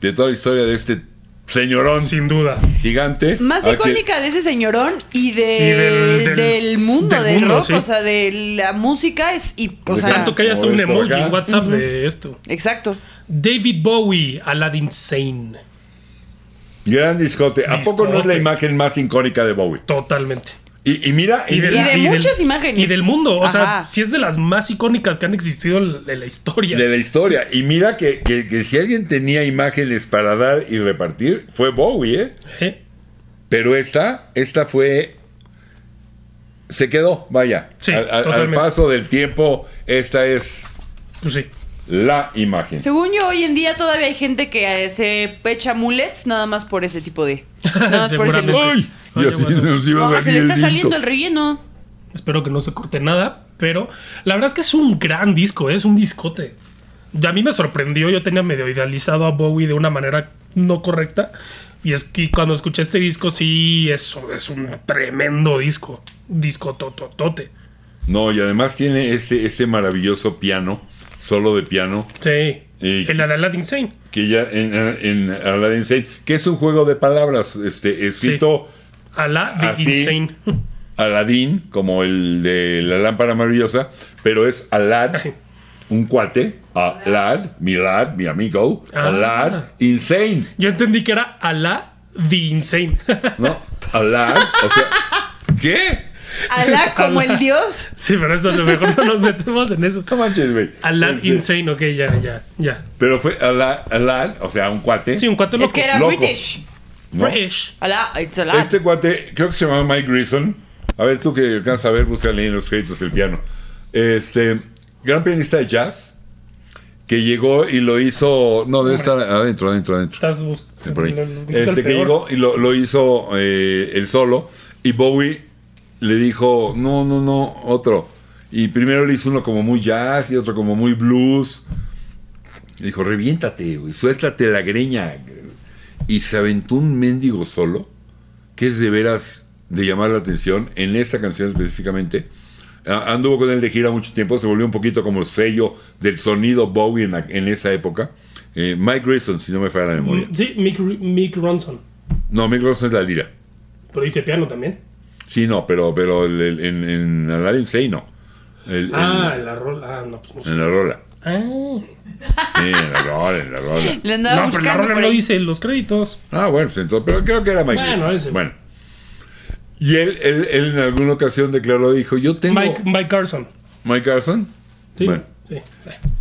Speaker 1: de toda la historia de este señorón
Speaker 2: Sin duda.
Speaker 1: gigante.
Speaker 3: Más
Speaker 1: al que-
Speaker 3: icónica de ese señorón y, de,
Speaker 2: Y del-
Speaker 3: del,
Speaker 2: del-
Speaker 3: mundo
Speaker 2: del
Speaker 3: del,
Speaker 2: mundo,
Speaker 3: rock,
Speaker 2: sí.
Speaker 3: o sea, de la música es... y- o
Speaker 1: De
Speaker 3: sea,
Speaker 2: Tanto que hay hasta
Speaker 1: Como
Speaker 2: un
Speaker 1: esto
Speaker 2: emoji
Speaker 1: acá.
Speaker 2: en WhatsApp de esto.
Speaker 3: Exacto.
Speaker 2: David Bowie, Aladdin Sane.
Speaker 1: Gran discote. ¿A poco no es la
Speaker 2: Discote.
Speaker 1: imagen más icónica de Bowie?
Speaker 2: Totalmente.
Speaker 1: Y, y mira, y
Speaker 3: de
Speaker 1: mira,
Speaker 3: la- muchas imágenes.
Speaker 2: Y del mundo. O sea,
Speaker 3: Ajá.
Speaker 2: si es de las más icónicas que han existido en en la historia.
Speaker 1: de la historia. Y mira que, que- que si alguien tenía imágenes para dar y repartir, fue Bowie, ¿eh?
Speaker 2: ¿Eh?
Speaker 1: Pero esta, esta fue. Se quedó, vaya.
Speaker 2: Sí,
Speaker 1: al, al- al
Speaker 2: totalmente.
Speaker 1: paso del tiempo, esta es
Speaker 2: Pues sí.
Speaker 1: la imagen.
Speaker 3: Según yo, hoy en día todavía hay gente que eh, se pecha mulets nada más por ese tipo de... Nada más por ese
Speaker 2: Seguramente.
Speaker 3: look.
Speaker 1: ¡Ay!
Speaker 2: Oye,
Speaker 1: Dios,
Speaker 2: bueno.
Speaker 1: nos iba a
Speaker 3: No, se
Speaker 1: salir
Speaker 3: le
Speaker 1: el
Speaker 3: está saliendo
Speaker 1: disco.
Speaker 3: el relleno.
Speaker 2: Espero que no se corte nada, pero la verdad es que es un gran disco, ¿eh? es un discote. Y A mí me sorprendió, yo tenía medio idealizado a Bowie de una manera no correcta. Y es que cuando escuché este disco, sí, eso es un tremendo disco. Disco tototote.
Speaker 1: No, y además tiene este, este maravilloso piano, solo de piano,
Speaker 2: Sí.
Speaker 1: Y-
Speaker 2: El de Aladdin Sane.
Speaker 1: que ya en, en Aladdin Sane, que es un juego de palabras, este, escrito
Speaker 2: Aladdin
Speaker 1: Así.
Speaker 2: Sane.
Speaker 1: Aladdin, como el de la lámpara maravillosa, pero es Alad,
Speaker 2: Ay.
Speaker 1: un cuate, Alad, mi lad, mi amigo,
Speaker 2: Ah.
Speaker 1: Alad, insane,
Speaker 2: Yo entendí que era Aladdin Sane.
Speaker 1: ¿no? Alad, o sea, ¿qué?
Speaker 3: Alá como el dios.
Speaker 2: sí, pero eso a lo mejor no nos metemos en eso.
Speaker 1: No manches, güey.
Speaker 2: Aladdin
Speaker 1: Este,
Speaker 2: Sane, ok, ya, ya, ya.
Speaker 1: Pero fue Alad, Alad, o sea, un cuate.
Speaker 2: Sí, un cuate loco.
Speaker 3: Es que era
Speaker 1: loco.
Speaker 3: British.
Speaker 1: ¿no?
Speaker 2: British.
Speaker 3: Alá, it's Alá.
Speaker 1: Este cuate, creo que se llama Mike Grison. A ver, tú que alcanzas a ver, búscale ahí en los créditos el piano. Este, gran pianista de jazz, que llegó y lo hizo. No, debe estar adentro, adentro, adentro.
Speaker 2: Estás
Speaker 1: Sí,
Speaker 2: buscando.
Speaker 1: por ahí.
Speaker 2: lo- lo- dijiste
Speaker 1: Este
Speaker 2: el
Speaker 1: que
Speaker 2: peor.
Speaker 1: llegó y lo, lo hizo eh, el solo. Y Bowie le dijo, no, no, no, otro. Y primero le hizo uno como muy jazz y otro como muy blues. Le dijo, reviéntate, güey, suéltate la greña. Y se aventó un mendigo solo, que es de veras de llamar la atención, en esa canción específicamente. A- Anduvo con él de gira mucho tiempo, se volvió un poquito como el sello del sonido Bowie en, la- en esa época. Eh, Mike Grayson, si no me falla la memoria.
Speaker 2: Mm, Sí, Mick, Mick Ronson.
Speaker 1: No, Mick Ronson es la lira.
Speaker 2: Pero dice piano también.
Speaker 1: Sí, no, pero, pero el- el- en, en Aladdin 6 no. El- el-
Speaker 2: Ah, la rola. Ah, no, pues no sé.
Speaker 1: en la rola.
Speaker 2: Ah.
Speaker 1: Sí, en la rola, en la rola.
Speaker 3: Le
Speaker 2: No, pero
Speaker 3: andaba
Speaker 2: la
Speaker 3: buscando
Speaker 2: rola
Speaker 3: por
Speaker 2: no
Speaker 3: ahí.
Speaker 2: dice los créditos.
Speaker 1: Ah, bueno, pues entonces, pero creo que era Mike
Speaker 2: Bueno,
Speaker 1: Grayson.
Speaker 2: ese.
Speaker 1: Bueno. Y él, él, él en alguna ocasión declaró, dijo, yo tengo...
Speaker 2: Mike, Mike Carson.
Speaker 1: Mike Garson.
Speaker 2: Sí,
Speaker 1: Bueno,
Speaker 2: sí.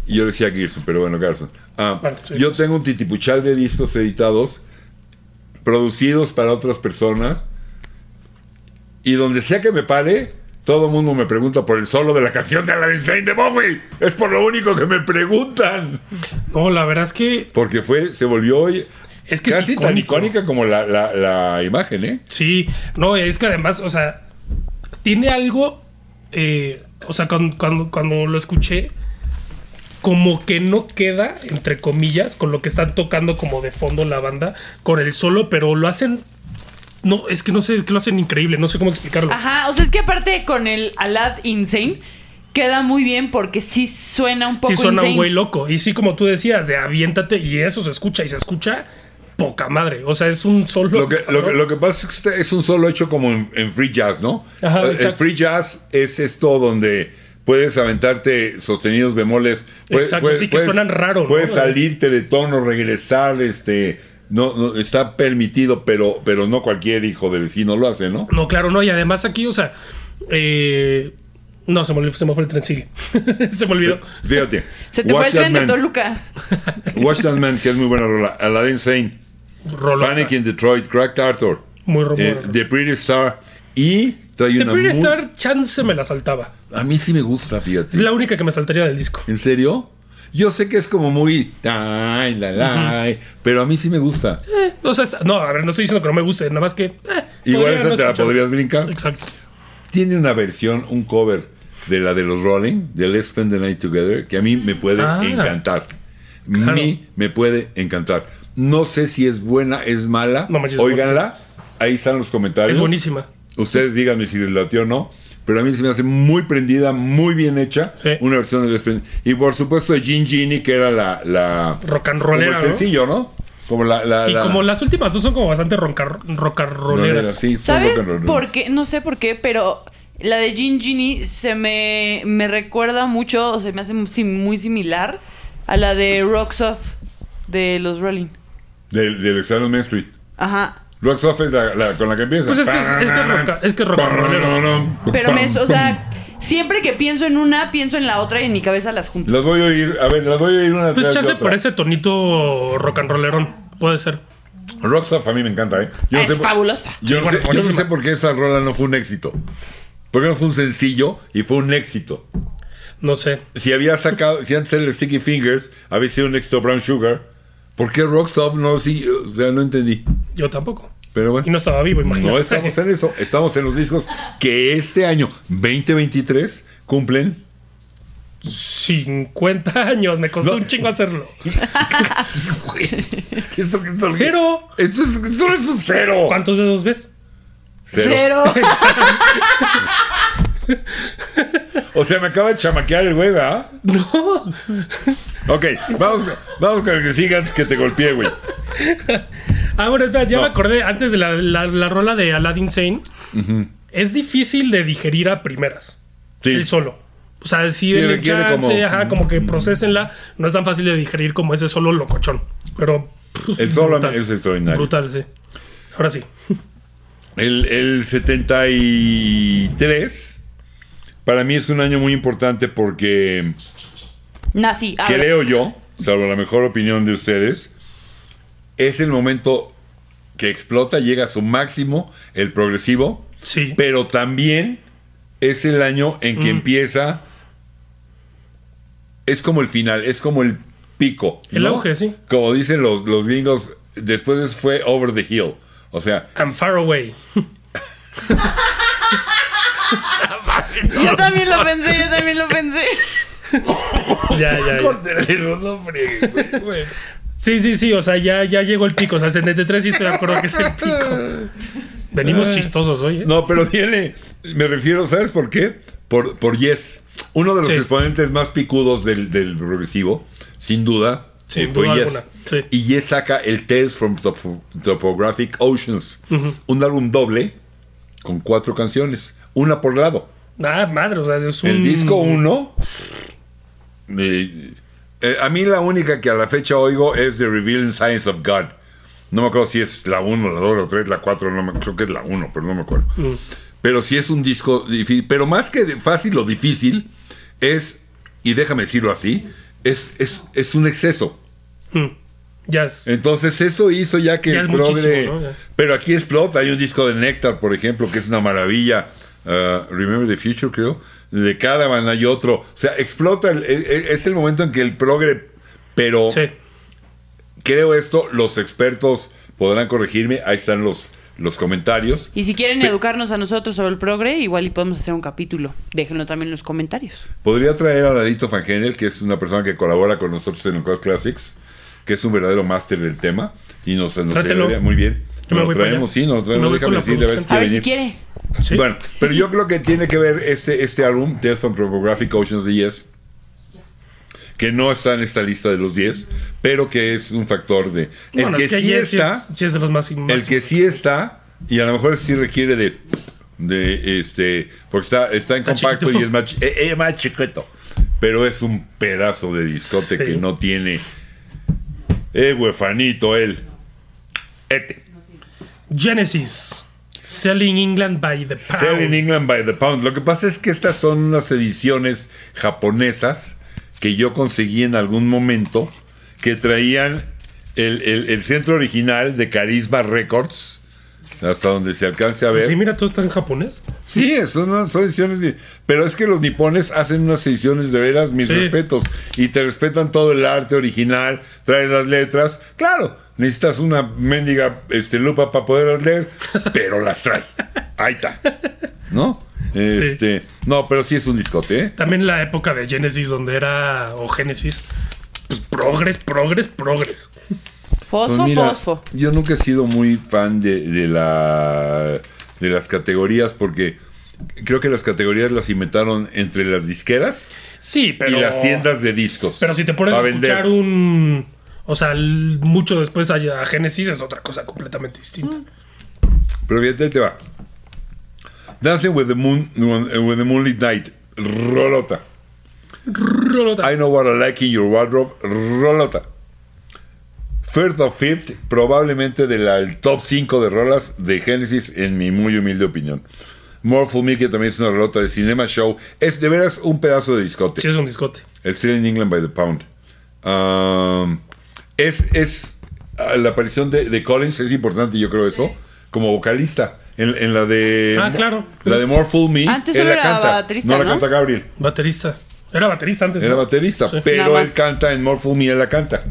Speaker 1: y yo le decía Gerson, pero bueno, Garson. Ah,
Speaker 2: Bueno, sí.
Speaker 1: yo tengo un titipuchal de discos editados, producidos para otras personas, y donde sea que me pare, todo el mundo me pregunta por el solo de la canción de Aladdin Sane de Bowie. Es por lo único que me preguntan.
Speaker 2: No, la verdad es que.
Speaker 1: Porque fue, se volvió y-
Speaker 2: Es que es
Speaker 1: casi tan
Speaker 2: icónico.
Speaker 1: icónica como la, la- la imagen, ¿eh?
Speaker 2: Sí, no, es que además, o sea, tiene algo, eh, o sea, cuando, cuando, cuando lo escuché, como que no queda, entre comillas, con lo que están tocando como de fondo la banda, con el solo, pero lo hacen, no, es que no sé, es que lo hacen increíble, no sé cómo explicarlo.
Speaker 3: Ajá, o sea, es que aparte con el Alad Insane queda muy bien porque sí suena un poco
Speaker 2: Sí suena
Speaker 3: insane.
Speaker 2: un güey loco, y sí, como tú decías, de aviéntate, y eso se escucha, y se escucha poca madre, o sea, es un solo...
Speaker 1: Lo que, lo, que- lo que pasa es que este es un solo hecho como en, en free jazz, ¿no? Eh,
Speaker 2: Ajá,
Speaker 1: el
Speaker 2: exacto.
Speaker 1: free jazz es esto donde puedes aventarte sostenidos bemoles. puedes-
Speaker 2: Exacto,
Speaker 1: puedes-
Speaker 2: sí, que
Speaker 1: puedes-
Speaker 2: suenan raro, ¿no?
Speaker 1: Puedes salirte de tono, regresar, este. No, no, está permitido, pero, pero no cualquier hijo de vecino lo hace, ¿no?
Speaker 2: No, claro, no. Y además aquí, o sea, eh, no, se me, olvidó- se me fue el tren, sigue. se me olvidó.
Speaker 1: Fíjate.
Speaker 3: Se te
Speaker 1: Watch
Speaker 3: fue el
Speaker 1: That
Speaker 3: tren de
Speaker 1: Man,
Speaker 3: Toluca.
Speaker 1: Watch That Man, que es muy buena rola. Aladdin Sane,
Speaker 2: Rolota.
Speaker 1: Panic in Detroit, Cracked Arthur,
Speaker 2: Muy robo.
Speaker 1: eh, The Pretty Star y trae
Speaker 2: The
Speaker 1: una
Speaker 2: Pretty
Speaker 1: muy-
Speaker 2: Star Chance me la saltaba.
Speaker 1: A mí sí me gusta, fíjate.
Speaker 2: Es la única que me saltaría del disco.
Speaker 1: ¿En serio? Yo sé que es como muy. Ay, la, la, ay, Pero a mí sí me gusta.
Speaker 2: Eh, o sea, está- no, a ver, no estoy diciendo que no me guste, nada más que. eh,
Speaker 1: Igual
Speaker 2: podría
Speaker 1: esa
Speaker 2: no
Speaker 1: te la
Speaker 2: escucharla.
Speaker 1: podrías brincar.
Speaker 2: Exacto.
Speaker 1: Tiene una versión, un cover de la de los Rolling, de Let's Spend the Night Together, que a mí me puede
Speaker 2: Ah.
Speaker 1: encantar. A mí me puede encantar. No sé si es buena, es mala.
Speaker 2: No manches, es
Speaker 1: Óiganla. Ahí están los comentarios.
Speaker 2: Es buenísima.
Speaker 1: Ustedes díganme si les latió o no. Pero a mí se me hace muy prendida, muy bien hecha.
Speaker 2: Sí.
Speaker 1: Una versión de Spring. Y por supuesto, Gin Genie, que era la. la
Speaker 2: Rock and rollera,
Speaker 1: Como el
Speaker 2: ¿no?
Speaker 1: sencillo, ¿no? Como la. la-
Speaker 2: Y
Speaker 1: la-
Speaker 2: como las últimas dos son como bastante roncar, rocarroleras.
Speaker 1: Sí, son
Speaker 3: ¿Sabes
Speaker 1: rock and rolleras.
Speaker 3: por qué? No sé por qué, pero la de Gin Genie se me, me recuerda mucho, o se me hace sim- muy similar a la de Rocks Off de los Rolling.
Speaker 1: Del, del Exile on Main Street.
Speaker 3: Ajá.
Speaker 1: Rock Off es la, la- con la que empieza.
Speaker 2: Pues es que es- es que es roca- es que es rock and rollero.
Speaker 3: Pero me, o sea, siempre que pienso en una, pienso en la otra y en mi cabeza las junto.
Speaker 1: Las voy a oír, a ver, las voy a oír una
Speaker 2: Pues
Speaker 1: tras de
Speaker 2: chance
Speaker 1: otra.
Speaker 2: por ese tonito rock and rollerón. Puede ser.
Speaker 1: Rocksoft a mí me encanta, ¿eh? Yo no
Speaker 3: Ah, es
Speaker 1: sé por-
Speaker 3: fabulosa.
Speaker 1: Yo,
Speaker 2: Sí,
Speaker 1: no
Speaker 2: bueno,
Speaker 1: sé, yo no
Speaker 2: buenísima.
Speaker 1: sé por qué esa rola no fue un éxito. Porque no fue un sencillo y fue un éxito.
Speaker 2: No sé.
Speaker 1: Si había sacado, si antes el Sticky Fingers había sido un éxito Brown Sugar, ¿por qué Rocksoft no sí? O sea, no entendí.
Speaker 2: Yo tampoco.
Speaker 1: Pero
Speaker 2: Y
Speaker 1: bueno.
Speaker 2: no estaba vivo, imagínate.
Speaker 1: No estamos en eso, estamos en los discos que este año 2023 cumplen
Speaker 2: 50 años. Me costó
Speaker 1: No.
Speaker 2: un chingo hacerlo.
Speaker 1: Güey, ¿qué es lo que- esto,
Speaker 2: Cero.
Speaker 1: Esto, es, esto no es un cero.
Speaker 2: ¿Cuántos dedos ves?
Speaker 3: Cero.
Speaker 1: O sea, me acaba de chamaquear el güey, ¿verdad?
Speaker 2: No.
Speaker 1: Ok, vamos, vamos con el que siga antes que te golpeé, güey.
Speaker 2: Ah, bueno, espera, ya
Speaker 1: No.
Speaker 2: me acordé antes de la, la- la rola de Aladdin Sane. Es difícil de digerir a primeras.
Speaker 1: Sí.
Speaker 2: Él solo. O sea, si
Speaker 1: Sí,
Speaker 2: denle
Speaker 1: requiere
Speaker 2: chance,
Speaker 1: como- mm,
Speaker 2: ajá, como que procesenla. No es tan fácil de digerir como ese solo locochón. Pero. pues,
Speaker 1: El solo es extraordinario.
Speaker 2: Brutal, sí. Ahora sí.
Speaker 1: El, el 73 para mí es un año muy importante porque
Speaker 3: Nazi. a ver.
Speaker 1: creo yo, salvo la mejor opinión de ustedes, es el momento que explota, llega a su máximo el progresivo,
Speaker 2: Sí.
Speaker 1: pero también es el año en que empieza. Es como el final, es como el pico.
Speaker 2: El auge, sí.
Speaker 1: Como dicen los, los gringos, después fue over the hill. O sea,
Speaker 2: I'm far away.
Speaker 3: Yo también lo pensé, yo también lo pensé.
Speaker 2: Ya, ya, ya.
Speaker 1: córtale eso, no friegues, güey, güey.
Speaker 2: Sí, sí, sí. O sea, ya, ya llegó el pico. O sea, 73 sí estoy de acuerdo que es el pico. Venimos chistosos hoy. ¿eh?
Speaker 1: Ah. No, pero viene, me refiero, ¿sabes por qué? Por, por Yes. Uno de los
Speaker 2: Sí.
Speaker 1: exponentes más picudos del, del progresivo, sin duda,
Speaker 2: Sin
Speaker 1: eh, fue
Speaker 2: duda
Speaker 1: Yes.
Speaker 2: alguna, sí.
Speaker 1: Y Yes saca el Tales from Topo- Topographic Oceans, un álbum doble con cuatro canciones, una por lado.
Speaker 2: Ah, madre. O sea, es un.
Speaker 1: El disco 1. eh, a mí la única que a la fecha oigo es The Revealing Science of God. No me acuerdo si es la 1, la 2, la 3, la 4, no me, creo que es la 1, pero no me acuerdo. Pero sí es un disco difícil. Pero más que de- fácil o difícil, es, y déjame decirlo así, es, es, es un exceso.
Speaker 2: Mm. Ya es.
Speaker 1: Entonces eso hizo ya que
Speaker 2: Ya
Speaker 1: el
Speaker 2: es muchísimo,
Speaker 1: progre-
Speaker 2: ¿no? Ya.
Speaker 1: Pero aquí explota. Hay un disco de Nectar, por ejemplo, que es una maravilla. ah, Remember the Future, creo. De cada banda hay otro. O sea, explota. el- el- el- es el momento en que el progre... Pero
Speaker 2: Sí.
Speaker 1: creo esto, los expertos podrán corregirme. Ahí están los, los comentarios.
Speaker 3: Y si quieren
Speaker 1: Pe-
Speaker 3: educarnos a nosotros sobre el progre, igual y podemos hacer un capítulo. Déjenlo también en los comentarios.
Speaker 1: Podría traer a Ladito Fangel, que es una persona que colabora con nosotros en Uncut Classics, que es un verdadero máster del tema. Y nos, nos
Speaker 2: Trátelo.
Speaker 1: ayudaría muy bien.
Speaker 2: Yo me
Speaker 1: Nos
Speaker 2: voy
Speaker 1: lo
Speaker 2: para
Speaker 1: traemos,
Speaker 2: allá.
Speaker 1: sí, nos lo
Speaker 2: Me
Speaker 1: traemos.
Speaker 2: voy con
Speaker 1: Déjame decirle,
Speaker 2: la
Speaker 1: a ver si
Speaker 2: producción.
Speaker 3: A
Speaker 1: quiere
Speaker 3: ver si
Speaker 1: venir.
Speaker 3: quiere.
Speaker 2: Sí.
Speaker 1: Bueno, pero yo creo que tiene que ver este, este álbum, Death from Topographic Oceans de Yes, que no está en esta lista de los 10, pero que es un factor de... El
Speaker 2: Bueno,
Speaker 1: que,
Speaker 2: es que
Speaker 1: sí
Speaker 2: Yes sí
Speaker 1: está,
Speaker 2: es- sí es de los más
Speaker 1: el que sí está, y a lo mejor sí requiere de... de este, porque está, está en
Speaker 2: Está
Speaker 1: compacto
Speaker 2: chiquito.
Speaker 1: y es más, chi- eh, eh, más chiquito, pero es un pedazo de discote
Speaker 2: Sí.
Speaker 1: que no tiene... Eh, huefanito, él. Este.
Speaker 2: Genesis. Selling England by the pound.
Speaker 1: Sell in England by the pound. Lo que pasa es que estas son unas ediciones japonesas que yo conseguí en algún momento que traían el, el- el centro original de Carisma Records, hasta donde se alcance a ver.
Speaker 2: Pues Sí, mira, todo está en japonés.
Speaker 1: Sí, son, unas- son ediciones. de- pero es que los nipones hacen unas ediciones de veras, mis
Speaker 2: Sí.
Speaker 1: respetos. Y te respetan todo el arte original, traen las letras. Claro, necesitas una mendiga este, lupa para poderlas leer, pero las trae. Ahí está. ¿No? Este, No, pero sí es un discote, ¿eh?
Speaker 2: También la época de Genesis, donde era. O Genesis. Pues progres, progres, progres.
Speaker 3: Fosfo,
Speaker 1: Pues mira,
Speaker 3: fosfo.
Speaker 1: Yo nunca he sido muy fan de, de la, de las categorías porque creo que las categorías las inventaron entre las disqueras
Speaker 2: Sí, pero.
Speaker 1: y las tiendas de discos.
Speaker 2: Pero si te pones a
Speaker 1: para vender.
Speaker 2: escuchar un. O sea, el- mucho después a, a Genesis es otra cosa completamente distinta.
Speaker 1: Mm. Pero fíjate, ahí te va. Dancing with the, moon, with the Moonlit Night. Rolota.
Speaker 2: Rolota.
Speaker 1: I know what I like in your wardrobe. Rolota. First of Fifth, probablemente del al top 5 de rolas de Genesis, en mi muy humilde opinión. More for Me, que también es una rolota de Cinema Show. Es de veras un pedazo de discote.
Speaker 2: Sí, es un discote.
Speaker 1: El Still in England by the Pound. Um, es, es ah, la aparición de, de Collins, es importante, yo creo, eso, como vocalista. En, en la de.
Speaker 2: Ah, claro.
Speaker 1: La de More Fool Me.
Speaker 3: Antes
Speaker 1: él
Speaker 3: solo
Speaker 1: la
Speaker 3: era
Speaker 1: canta.
Speaker 3: baterista,
Speaker 1: no la
Speaker 3: ¿no?
Speaker 1: canta Gabriel.
Speaker 2: Baterista. Era baterista antes.
Speaker 1: Era
Speaker 2: ¿no?
Speaker 1: baterista,
Speaker 2: Sí.
Speaker 1: pero
Speaker 3: Nada
Speaker 1: él
Speaker 3: más.
Speaker 1: canta en More Fool Me, él la canta.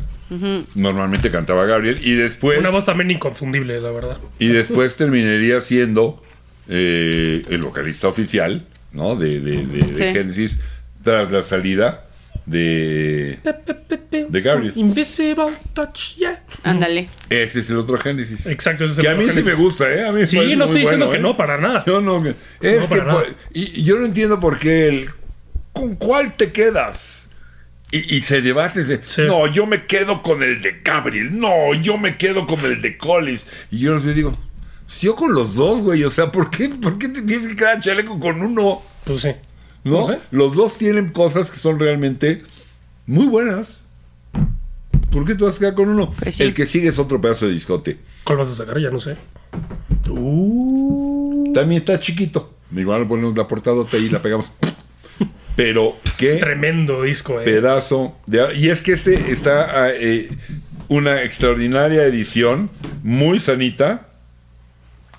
Speaker 1: Normalmente cantaba Gabriel y después.
Speaker 2: Una voz también inconfundible, la verdad.
Speaker 1: Y después terminaría siendo eh, el vocalista oficial, ¿no? De, de, de- de
Speaker 3: Sí.
Speaker 1: Genesis, tras la salida de. De Gabriel.
Speaker 2: Invisible Touch, yeah.
Speaker 3: Ándale.
Speaker 1: Ese es el otro Génesis.
Speaker 2: Exacto, ese es el
Speaker 1: Que a
Speaker 2: otro
Speaker 1: mí sí me
Speaker 2: Génesis.
Speaker 1: gusta, ¿eh? A mí me
Speaker 2: Sí,
Speaker 1: parece
Speaker 2: no
Speaker 1: muy
Speaker 2: estoy diciendo
Speaker 1: bueno,
Speaker 2: que
Speaker 1: ¿eh?
Speaker 2: no, para nada.
Speaker 1: Yo no. que- Es
Speaker 2: para
Speaker 1: que.
Speaker 2: nada.
Speaker 1: po- y, y yo no entiendo por qué el. ¿Con cuál te quedas? Y, y se debate. se-
Speaker 2: Sí.
Speaker 1: No, yo me quedo con el de Gabriel. No, yo me quedo con el de Collins. Y yo les digo. "Pues Yo con los dos, güey. O sea, ¿por qué, ¿por qué te tienes que quedar chaleco con uno?
Speaker 2: Pues sí.
Speaker 1: ¿No?
Speaker 2: No sé.
Speaker 1: Los dos tienen cosas que son realmente muy buenas. ¿Por qué te vas a quedar con uno?
Speaker 3: Pues sí.
Speaker 1: El que sigue es otro pedazo de discote.
Speaker 2: ¿Cuál vas a sacar? Ya no sé. Uh,
Speaker 1: También está chiquito. Igual ponemos la portadota y la pegamos. Pero qué
Speaker 2: tremendo disco, eh.
Speaker 1: pedazo de... Y es que este está ah, eh, una extraordinaria edición, muy sanita.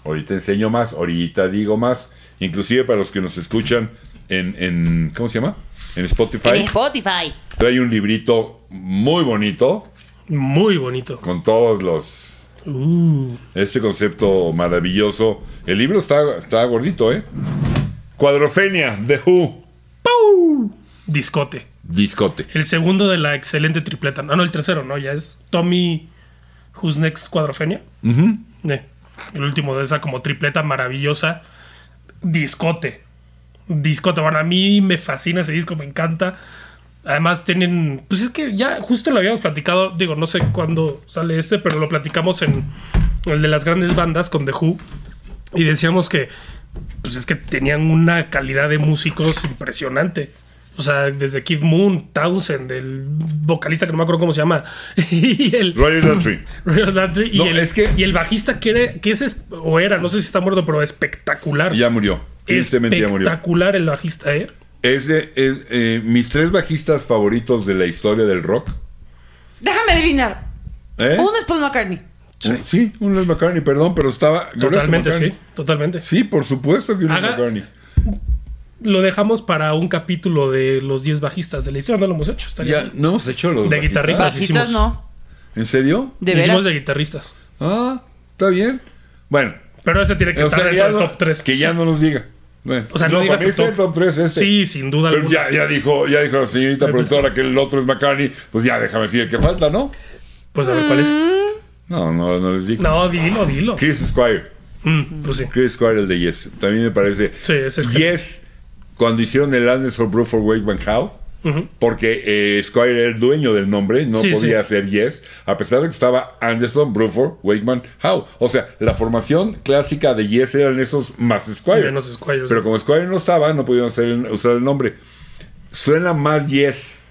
Speaker 1: Ahorita enseño más, ahorita digo más. Inclusive para los que nos escuchan en... en- ¿Cómo se llama? En Spotify.
Speaker 3: En Spotify.
Speaker 1: Trae un librito muy bonito
Speaker 2: Muy bonito.
Speaker 1: con todos los...
Speaker 2: Uh,
Speaker 1: Este concepto maravilloso. El libro está, está gordito, ¿eh? Cuadrofenia, de Who.
Speaker 2: discote.
Speaker 1: Discote.
Speaker 2: El segundo de la excelente tripleta. Ah, No, no, el tercero, no, ya es Tommy Who's Next Cuadrofenia. Eh, el último de esa como tripleta maravillosa. Discote. Discote. Bueno, a mí me fascina ese disco, me encanta. Además tienen, pues es que ya justo lo habíamos platicado, digo, no sé cuándo sale este, pero lo platicamos en el de las grandes bandas con The Who y decíamos que pues es que tenían una calidad de músicos impresionante. O sea, desde Kid Moon, Townsend, el vocalista que no me acuerdo cómo se llama, y el,
Speaker 1: Roger Daltrey.
Speaker 2: Royal Daltrey y,
Speaker 1: No,
Speaker 2: el,
Speaker 1: es que-
Speaker 2: y el bajista que era, que ese es, o era, no sé si está muerto, pero espectacular.
Speaker 1: Ya murió. Tristemente ya murió.
Speaker 2: espectacular el bajista, ¿eh?
Speaker 1: Ese es eh, mis tres bajistas favoritos de la historia del rock.
Speaker 3: Déjame adivinar.
Speaker 1: ¿eh?
Speaker 3: Uno es Paul McCartney.
Speaker 1: Sí. sí, un Les McCartney, perdón, pero estaba.
Speaker 2: Totalmente,
Speaker 1: Gracias,
Speaker 2: sí,
Speaker 1: McCartney.
Speaker 2: totalmente.
Speaker 1: Sí, por supuesto que un Les
Speaker 2: Haga-
Speaker 1: McCartney.
Speaker 2: Lo dejamos para un capítulo de los 10 bajistas de la historia, no lo hemos hecho. estaría
Speaker 1: Ya
Speaker 2: bien.
Speaker 1: no hemos hecho los.
Speaker 2: De guitarristas.
Speaker 3: Bajitas
Speaker 2: hicimos.
Speaker 3: no.
Speaker 1: ¿En serio?
Speaker 3: De
Speaker 2: Hicimos
Speaker 3: veras.
Speaker 2: de guitarristas.
Speaker 1: Ah, está bien. Bueno,
Speaker 2: Pero ese tiene que
Speaker 1: o
Speaker 2: estar
Speaker 1: sea,
Speaker 2: dentro
Speaker 1: ya
Speaker 2: del
Speaker 1: no-
Speaker 2: top 3.
Speaker 1: Que ya no nos diga. Bueno,
Speaker 2: O sea, no digas
Speaker 1: para mí
Speaker 2: tu
Speaker 1: está en
Speaker 2: top.
Speaker 1: top 3 este.
Speaker 2: Sí, sin duda
Speaker 1: Pero
Speaker 2: alguna.
Speaker 1: ya, ya dijo, ya dijo la señorita
Speaker 2: Pero pues-
Speaker 1: productora que el otro es McCartney, pues ya déjame decir el que falta, ¿no?
Speaker 2: Pues a ver cuál es.
Speaker 3: Mm.
Speaker 1: No, no, no les digo.
Speaker 2: No, dilo, dilo.
Speaker 1: Chris Squire.
Speaker 2: Mm, pues sí.
Speaker 1: Chris Squire, el de Yes. También me parece.
Speaker 2: Sí, ese es
Speaker 1: Yes, cuando hicieron el Andes or Brew for Wake Van Howe,
Speaker 2: Ujú.
Speaker 1: porque eh, Squire era el dueño del nombre, no
Speaker 2: Sí,
Speaker 1: podía
Speaker 2: sí.
Speaker 1: hacer Yes, a pesar de que estaba Anderson, Bruford, Wakeman, Howe. O sea, la formación clásica de Yes eran esos más Squire.
Speaker 2: Menos Squire, sí.
Speaker 1: Pero como Squire no estaba, no pudieron hacer el- usar el nombre. Suena más Yes.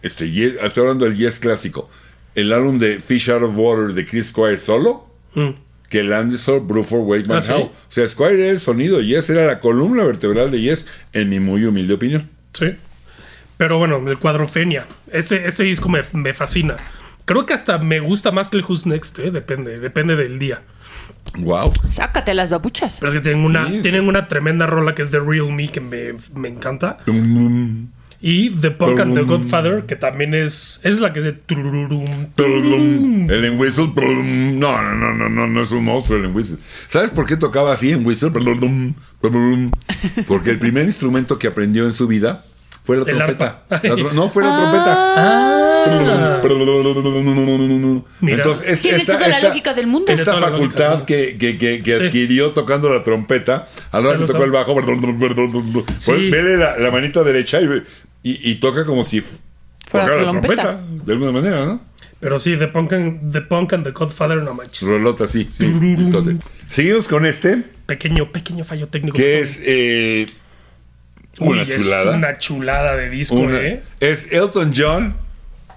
Speaker 1: Este, Yes- estoy hablando del Yes clásico. El álbum de Fish Out of Water de Chris Squire solo
Speaker 2: Mm.
Speaker 1: que el Anderson, Bruford, Wakeman,
Speaker 2: Ah, ¿sí?
Speaker 1: Howe. O sea, Squire era el sonido, Yes era la columna vertebral de Yes, en mi muy humilde opinión.
Speaker 2: Sí. Pero bueno, el cuadrofenia. Este, este disco me, me fascina. Creo que hasta me gusta más que el Who's Next, ¿eh? depende, depende del día.
Speaker 1: Wow.
Speaker 3: Sácate las babuchas.
Speaker 2: Pero es que tienen una,
Speaker 1: Sí.
Speaker 2: tienen una tremenda rola que es The Real Me, que me, me encanta. Y The Punk and the Godfather, que también es. Es la que es de. turururum, tururum.
Speaker 1: El en whistle. tulum. No, no, no, no, no, no es un monstruo el en whistle. ¿Sabes por qué tocaba así en whistle? Tulum, tulum. Porque el primer instrumento que aprendió en su vida fue la
Speaker 2: El
Speaker 1: trompeta.
Speaker 2: arpa.
Speaker 1: La tro- no, fue la trompeta.
Speaker 2: Ah. Mira.
Speaker 1: Entonces, es-
Speaker 3: Tiene
Speaker 1: esta,
Speaker 3: toda la
Speaker 1: esta-
Speaker 3: lógica del mundo.
Speaker 2: Tiene
Speaker 1: Esta
Speaker 2: toda la
Speaker 1: facultad
Speaker 2: lógica,
Speaker 1: que, que- que- que
Speaker 2: Sí.
Speaker 1: adquirió tocando la trompeta, a la hora
Speaker 2: Ya
Speaker 1: que
Speaker 2: lo
Speaker 1: tocó
Speaker 2: sabe.
Speaker 1: el bajo,
Speaker 2: Sí.
Speaker 1: Pues, vele la, la manita derecha y, y- y toca como si f-
Speaker 3: Fuera
Speaker 1: tocara la
Speaker 3: trompeta.
Speaker 1: trompeta, de alguna manera, ¿no?
Speaker 2: Pero sí, The Punk and The, Punk and the Godfather no manches.
Speaker 1: Rolota, sí. sí,
Speaker 2: Tururú.
Speaker 1: discote. Seguimos con este,
Speaker 2: Pequeño, pequeño fallo técnico.
Speaker 1: que es eh,
Speaker 2: Uy,
Speaker 1: una
Speaker 2: es
Speaker 1: chulada.
Speaker 2: una chulada de disco,
Speaker 1: Una-
Speaker 2: ¿eh?
Speaker 1: Es Elton John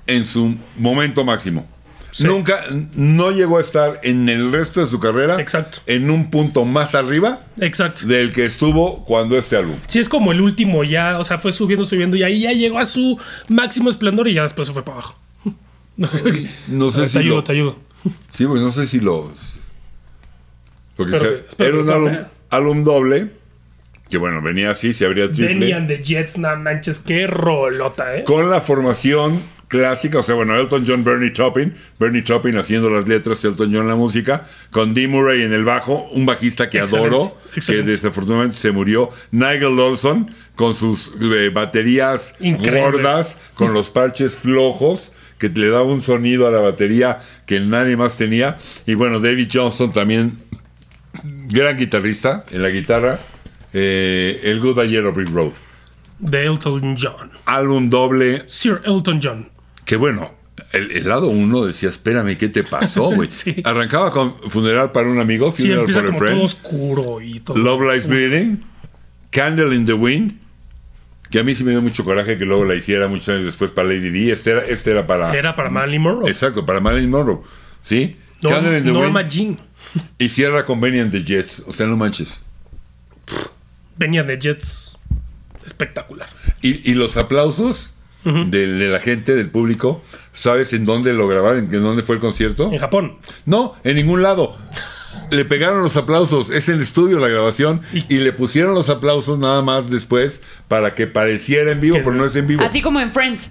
Speaker 1: en su momento máximo.
Speaker 2: Sí.
Speaker 1: Nunca, no llegó a estar en el resto de su carrera
Speaker 2: Exacto.
Speaker 1: en un punto más arriba
Speaker 2: Exacto.
Speaker 1: del que estuvo cuando este álbum.
Speaker 2: Sí, es como el último ya, o sea, fue subiendo, subiendo y ahí ya llegó a su máximo esplendor y ya después se fue para abajo.
Speaker 1: No
Speaker 2: A
Speaker 1: sé
Speaker 2: ver,
Speaker 1: si
Speaker 2: te ayudo,
Speaker 1: lo-
Speaker 2: te ayudo.
Speaker 1: Sí, pues no sé si los. Porque
Speaker 2: Espero
Speaker 1: se-
Speaker 2: que- espero
Speaker 1: era
Speaker 2: que
Speaker 1: un
Speaker 2: lo
Speaker 1: álbum,
Speaker 2: tomen.
Speaker 1: álbum doble. Que bueno, venía así, se abría triple.
Speaker 2: Benny and the Jets, no manches, qué rolota, ¿eh?
Speaker 1: Con la formación clásica, o sea, bueno, Elton John, Bernie Taupin, Bernie Taupin haciendo las letras, Elton John la música, con Dee Murray en el bajo, un bajista que
Speaker 2: Excelente,
Speaker 1: adoro,
Speaker 2: excelente.
Speaker 1: que desafortunadamente se murió, Nigel Lawson con sus eh, baterías
Speaker 2: Increíble.
Speaker 1: gordas, con los parches flojos, que le daba un sonido a la batería que nadie más tenía, y bueno, David Johnston también, gran guitarrista en la guitarra, eh, el Goodbye Yellow Brick Road,
Speaker 2: De Elton John.
Speaker 1: álbum doble
Speaker 2: Sir Elton John.
Speaker 1: que bueno, el, el lado uno decía, espérame, ¿qué te pasó, güey?
Speaker 2: Sí.
Speaker 1: Arrancaba con Funeral para un amigo,
Speaker 2: Sí,
Speaker 1: Funeral
Speaker 2: empieza
Speaker 1: for a
Speaker 2: como
Speaker 1: Friend,
Speaker 2: todo oscuro y todo.
Speaker 1: Love Lies Bleeding, Candle in the Wind, que a mí sí me dio mucho coraje que luego la hiciera muchos años después para Lady D. Este era, este era para...
Speaker 2: Era para Marilyn Monroe.
Speaker 1: Exacto, para Marilyn Monroe, ¿sí?
Speaker 2: Norm-
Speaker 1: Candle in the
Speaker 2: Norma
Speaker 1: Wind
Speaker 2: Jean.
Speaker 1: y cierra con Benny and the Jets, o sea, no manches.
Speaker 2: Benny and the Jets. Espectacular.
Speaker 1: Y, y los aplausos de, de la gente, del público, ¿sabes en dónde lo grabaron? ¿En dónde fue el concierto?
Speaker 2: En Japón.
Speaker 1: No, en ningún lado. Le pegaron los aplausos, es en el estudio la grabación, y le pusieron los aplausos nada más después para que pareciera en vivo,
Speaker 2: Que-
Speaker 1: pero no es en vivo.
Speaker 3: Así como en Friends.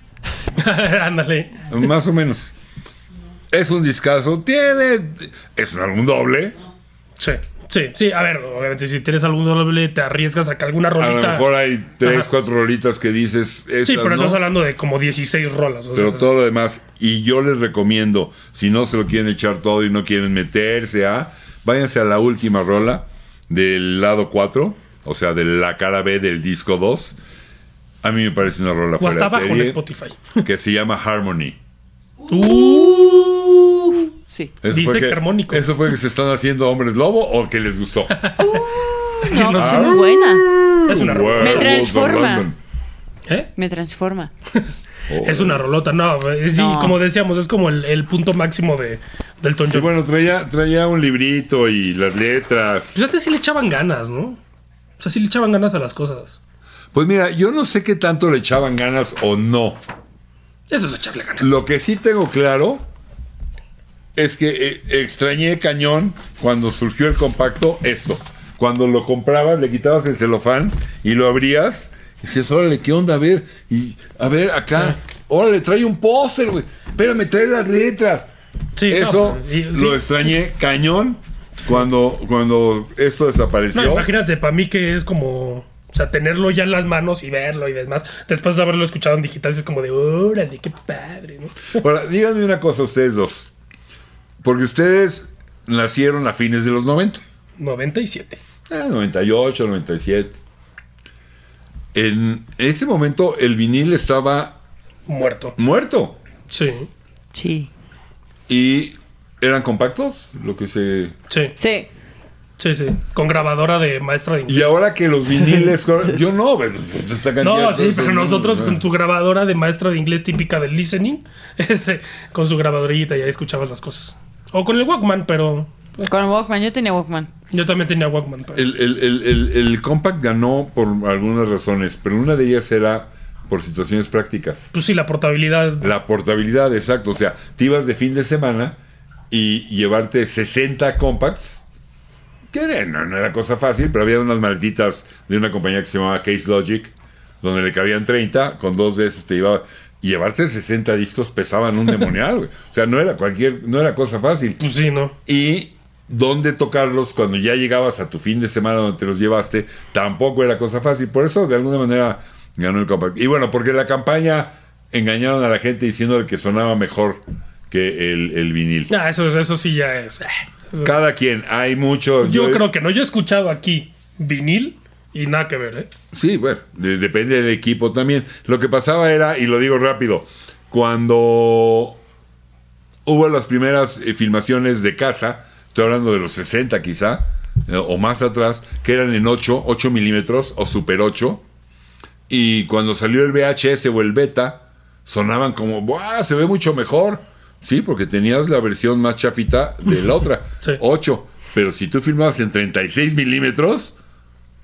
Speaker 2: Ándale.
Speaker 1: Más o menos. Es un discazo, tiene. Es un álbum doble.
Speaker 2: Sí. Sí, sí, a ver, obviamente si tienes algún doble te arriesgas a que alguna
Speaker 1: A
Speaker 2: rolita.
Speaker 1: lo mejor hay tres,
Speaker 2: Ajá.
Speaker 1: cuatro rolitas que dices. estas
Speaker 2: Sí, pero
Speaker 1: no,
Speaker 2: estás hablando de como 16 rolas. o
Speaker 1: Pero
Speaker 2: sea,
Speaker 1: todo lo demás. Y yo les recomiendo, si no se lo quieren echar todo y no quieren meterse a. Váyanse a la última rola del lado 4, o sea, de la cara B del disco 2. A mí me parece una rola
Speaker 2: O hasta
Speaker 1: fuera de
Speaker 2: abajo en
Speaker 1: serie
Speaker 2: Spotify.
Speaker 1: que se llama Harmony.
Speaker 3: Sí.
Speaker 1: Eso
Speaker 2: Dice
Speaker 1: fue
Speaker 2: que armónico. Pues
Speaker 1: Eso fue que se están haciendo hombres lobo o que les gustó. Ah,
Speaker 3: No,
Speaker 2: no
Speaker 3: pues
Speaker 2: sé.
Speaker 3: es buena.
Speaker 2: Es una rola.
Speaker 1: Werewolves
Speaker 3: Me transforma.
Speaker 1: of London.
Speaker 2: ¿Eh?
Speaker 3: Me transforma.
Speaker 1: Oh.
Speaker 2: Es una rolota, no, eh, sí,
Speaker 3: No.
Speaker 2: como decíamos, es como el, el punto máximo de, del Tom
Speaker 1: Y
Speaker 2: John.
Speaker 1: bueno, traía, traía un librito y las letras.
Speaker 2: Pues antes sí le echaban ganas, ¿no? O sea, sí le echaban ganas a las cosas.
Speaker 1: Pues mira, yo no sé qué tanto le echaban ganas o no.
Speaker 2: Eso es echarle ganas.
Speaker 1: Lo que sí tengo claro es que eh, extrañé cañón cuando surgió el compacto esto. Cuando lo comprabas, le quitabas el celofán y lo abrías. Y dices, órale, ¿qué onda? A ver, y, a ver, acá. Órale, trae un póster, güey. Espérame, trae las letras.
Speaker 2: Sí, no,
Speaker 1: Eso
Speaker 2: pero- y- sí.
Speaker 1: lo extrañé cañón cuando, cuando esto
Speaker 2: No,
Speaker 1: desapareció.
Speaker 2: imagínate, para mí que es como. O sea, tenerlo ya en las manos y verlo y demás. Después de haberlo escuchado en digital, es como de, órale, qué padre, ¿no?
Speaker 1: Ahora, díganme una cosa ustedes dos. Porque ustedes nacieron a fines de los 90.
Speaker 2: 97.
Speaker 1: Ah, 98, 97. En ese momento el vinil estaba
Speaker 2: Muerto.
Speaker 1: muerto
Speaker 2: Sí,
Speaker 3: Sí.
Speaker 1: y eran compactos, lo que se...
Speaker 2: sí,
Speaker 3: Sí.
Speaker 2: sí, sí. Con grabadora de maestra de
Speaker 1: Y
Speaker 2: inglés.
Speaker 1: ahora que los viniles... yo no, pues, esta cantidad
Speaker 2: No,
Speaker 1: de
Speaker 2: sí,
Speaker 1: cosas,
Speaker 2: pero
Speaker 1: no,
Speaker 2: nosotros
Speaker 1: no.
Speaker 2: con tu grabadora de maestra de inglés típica del listening, ese, con su grabadorita ya escuchabas las cosas. O con el Walkman, pero
Speaker 3: Con Walkman. Yo tenía Walkman.
Speaker 2: yo también tenía Walkman. pero-
Speaker 1: El, el- el- el- el compact ganó por algunas razones, pero una de ellas era por situaciones prácticas.
Speaker 2: Pues sí, la portabilidad.
Speaker 1: La portabilidad, exacto. O sea, te ibas de fin de semana y llevarte 60 compacts. Que era- no, no era cosa fácil, pero había unas maletitas de una compañía que se llamaba Case Logic, donde le cabían 30, con dos de esos te iba. y Llevarse 60 discos pesaban un demonial, güey. O sea, no era cualquier, no era cosa fácil
Speaker 2: Pues sí, ¿no?
Speaker 1: y dónde tocarlos cuando ya llegabas a tu fin de semana donde te los llevaste, tampoco era cosa fácil. Por eso, de alguna manera, ganó el compact. Y bueno, porque la campaña engañaron a la gente diciéndole que sonaba mejor que el, el vinil.
Speaker 2: Ah, eso, eso sí ya es. eh, eso-
Speaker 1: Cada quien, hay muchos.
Speaker 2: Yo creo que no. Yo he escuchado aquí vinil y nada que ver, ¿eh?
Speaker 1: Sí, bueno, de- depende del equipo también. Lo que pasaba era, y lo digo rápido, cuando hubo las primeras eh, filmaciones de casa, estoy hablando de los 60 quizá, eh, o más atrás, que eran en 8, 8 milímetros o Super 8, y cuando salió el VHS o el Beta, sonaban como, ¡buah! Se ve mucho mejor. Sí, porque tenías la versión más chafita de la otra,
Speaker 2: Sí.
Speaker 1: 8. Pero si tú filmabas en 36 milímetros,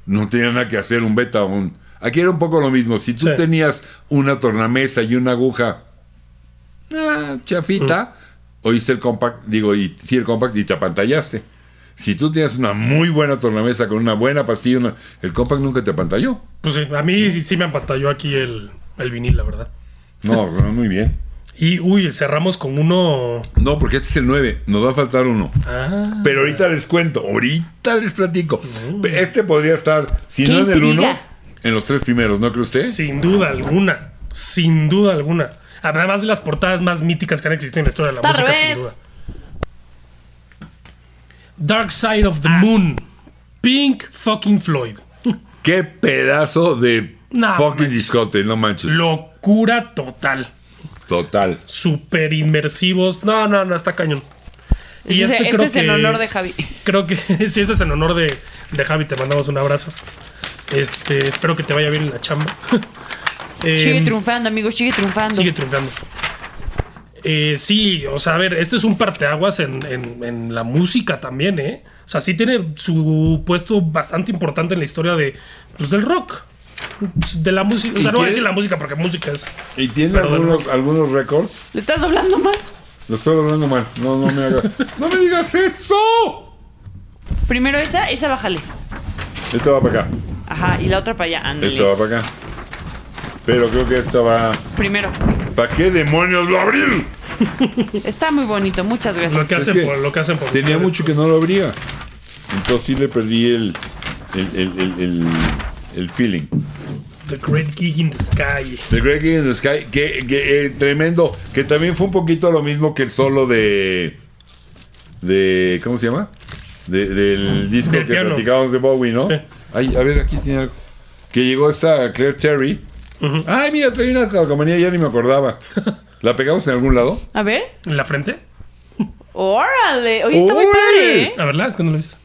Speaker 1: no tenía nada que hacer un beta o un... Aquí era un poco lo mismo. Si tú
Speaker 2: Sí.
Speaker 1: tenías una tornamesa y una aguja ah, chafita,
Speaker 2: Mm.
Speaker 1: oíste el compact, digo, y sí, el compact y te apantallaste. Si tú tenías una muy buena tornamesa con una buena pastilla, una- el compact nunca te apantalló.
Speaker 2: Pues sí, a mí sí, sí me apantalló aquí el, el vinil, la verdad.
Speaker 1: No, no, muy bien.
Speaker 2: Y uy, cerramos con uno.
Speaker 1: No, porque este es el 9, nos va a faltar uno.
Speaker 2: Ah, Mm.
Speaker 1: Pero ahorita les cuento, ahorita les platico. Este podría estar, si
Speaker 3: ¡Qué
Speaker 1: no en el
Speaker 3: intriga!
Speaker 1: 1, en los tres primeros, ¿no cree usted?
Speaker 2: sin duda alguna. Sin duda alguna. Además de las portadas más míticas que han existido en la historia de la
Speaker 3: Está al
Speaker 2: música,
Speaker 3: revés.
Speaker 2: sin duda. Dark Side of the
Speaker 3: Ah.
Speaker 2: Moon. Pink fucking Floyd.
Speaker 1: Qué pedazo de
Speaker 2: No
Speaker 1: fucking
Speaker 2: manches.
Speaker 1: discote, no manches.
Speaker 2: Locura total.
Speaker 1: Total.
Speaker 2: Super inmersivos. No, no, no, está cañón.
Speaker 3: Este, es- este es en honor de Javi.
Speaker 2: Creo que sí, ese es en honor de, de Javi. Te mandamos un abrazo. Este, espero que te vaya bien en la chamba. Eh,
Speaker 3: Sigue triunfando, amigos, sigue triunfando.
Speaker 2: sigue triunfando. Eh, sí, o sea, a ver, este es un parteaguas en, en- en la música también, ¿eh? O sea, sí tiene su puesto bastante importante en la historia de, pues, del rock. Pues, De la música. O
Speaker 1: ¿Y
Speaker 2: sea, no voy a
Speaker 1: quién-
Speaker 2: decir la música porque música es.
Speaker 1: ¿Y tiene
Speaker 2: Perdón.
Speaker 1: algunos, algunos récords?
Speaker 3: ¿Le estás doblando mal?
Speaker 1: Lo estoy hablando mal. No, no me hagas. ¡No me digas eso!
Speaker 3: Primero esa, esa bájale.
Speaker 1: Esta va para acá.
Speaker 3: Ajá, y la otra para allá. ándale.
Speaker 1: Esta va para acá. Pero creo que esta va.
Speaker 3: Primero.
Speaker 1: ¿Para qué demonios lo abrí?
Speaker 3: Está muy bonito, muchas
Speaker 2: Lo
Speaker 3: gracias.
Speaker 2: que
Speaker 1: Es
Speaker 2: hacen
Speaker 1: que
Speaker 2: por. Lo que hacen por
Speaker 1: Tenía mucho que no lo abría. Entonces sí le perdí el. el, el, el, el- el feeling.
Speaker 2: The Great Gig in the Sky.
Speaker 1: The Greg in the Sky, que, que, eh, tremendo. Que también fue un poquito lo mismo que el solo de. de ¿Cómo se llama? De- del disco
Speaker 2: Del
Speaker 1: que
Speaker 2: piano.
Speaker 1: platicábamos de Bowie, ¿no?
Speaker 2: Sí.
Speaker 1: Ay, a ver, aquí tiene algo. Que llegó esta Claire Terry.
Speaker 2: Ujú.
Speaker 1: Ay, mira, trae una calcomanía, ya ni me acordaba. ¿La pegamos en algún lado?
Speaker 3: A ver.
Speaker 2: ¿En la frente?
Speaker 3: Órale. Oye, está muy
Speaker 1: Órale.
Speaker 3: padre, ¿eh?
Speaker 2: La verdad es que no lo ves.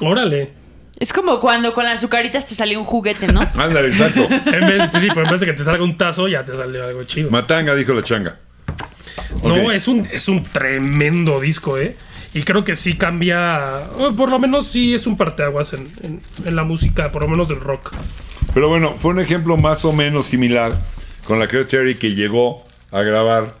Speaker 2: Órale.
Speaker 3: Es como cuando con las azucaritas te salió un juguete, ¿no?
Speaker 1: Ándale, exacto.
Speaker 2: En vez, sí, pero en vez de que te salga un tazo, ya te salió algo chido.
Speaker 1: Matanga, dijo la changa.
Speaker 2: No,
Speaker 1: Ok.
Speaker 2: es un, es un tremendo disco, ¿eh? Y creo que sí cambia. o Por lo menos sí es un parteaguas en, en, en la música, por lo menos del rock.
Speaker 1: Pero bueno, fue un ejemplo más o menos similar con la Claire Cherry que llegó a grabar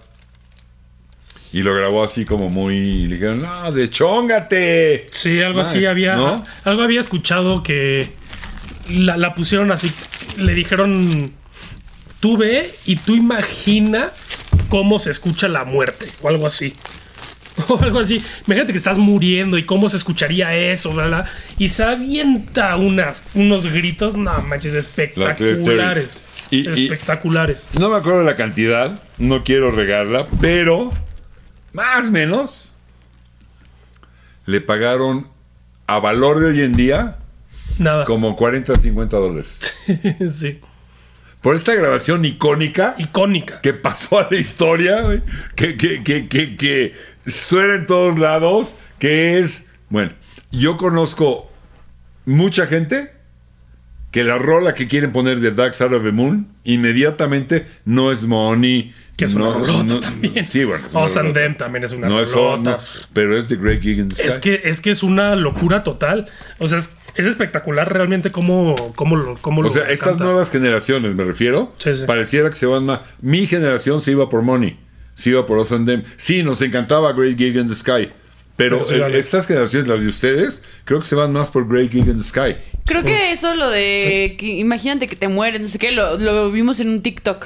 Speaker 1: y lo grabó así como muy. Y le dijeron, no, deschóngate.
Speaker 2: Sí, algo
Speaker 1: Madre,
Speaker 2: así había.
Speaker 1: ¿no?
Speaker 2: Algo había escuchado que la, la pusieron así. Le dijeron. Tú ve y tú imagina cómo se escucha la muerte. O algo así. O algo así. Imagínate que estás muriendo y cómo se escucharía eso, bla, bla. Y se avienta unas, unos gritos, no manches, espectaculares.
Speaker 1: Y- y-
Speaker 2: espectaculares.
Speaker 1: No me acuerdo de la cantidad, no quiero regarla, pero más o menos le pagaron a valor de hoy en día
Speaker 2: Nada.
Speaker 1: como 40, 50 dólares.
Speaker 2: sí.
Speaker 1: Por esta grabación icónica
Speaker 2: Icónica.
Speaker 1: que pasó a la historia, güey, que, que, que, que, que suena en todos lados, que es, bueno, yo conozco mucha gente que la rola que quieren poner de Dark Side of the Moon inmediatamente no es Money.
Speaker 2: Que es
Speaker 1: no,
Speaker 2: una rolota
Speaker 1: no-
Speaker 2: también.
Speaker 1: Sí, bueno. es una
Speaker 2: Us and
Speaker 1: rolota.
Speaker 2: Them también es una
Speaker 1: No es
Speaker 2: rolota.
Speaker 1: no, pero es de Great Gig in the
Speaker 2: Es
Speaker 1: Sky.
Speaker 2: que, es que es una locura total. O sea, es, es espectacular realmente cómo, cómo lo. Cómo
Speaker 1: o
Speaker 2: lo
Speaker 1: sea, estas
Speaker 2: canta.
Speaker 1: nuevas generaciones, me refiero,
Speaker 2: Sí, sí.
Speaker 1: pareciera que se van más. Mi generación se iba por Money, se iba por Us and Them. Sí, nos encantaba Great Gig in the Sky, pero,
Speaker 2: Pero sí
Speaker 1: eh,
Speaker 2: vale.
Speaker 1: estas generaciones, las de ustedes, creo que se van más por Great Gig in the Sky.
Speaker 3: Creo que eso lo de. que imagínate que te mueres, no sé qué, lo, lo vimos en un TikTok.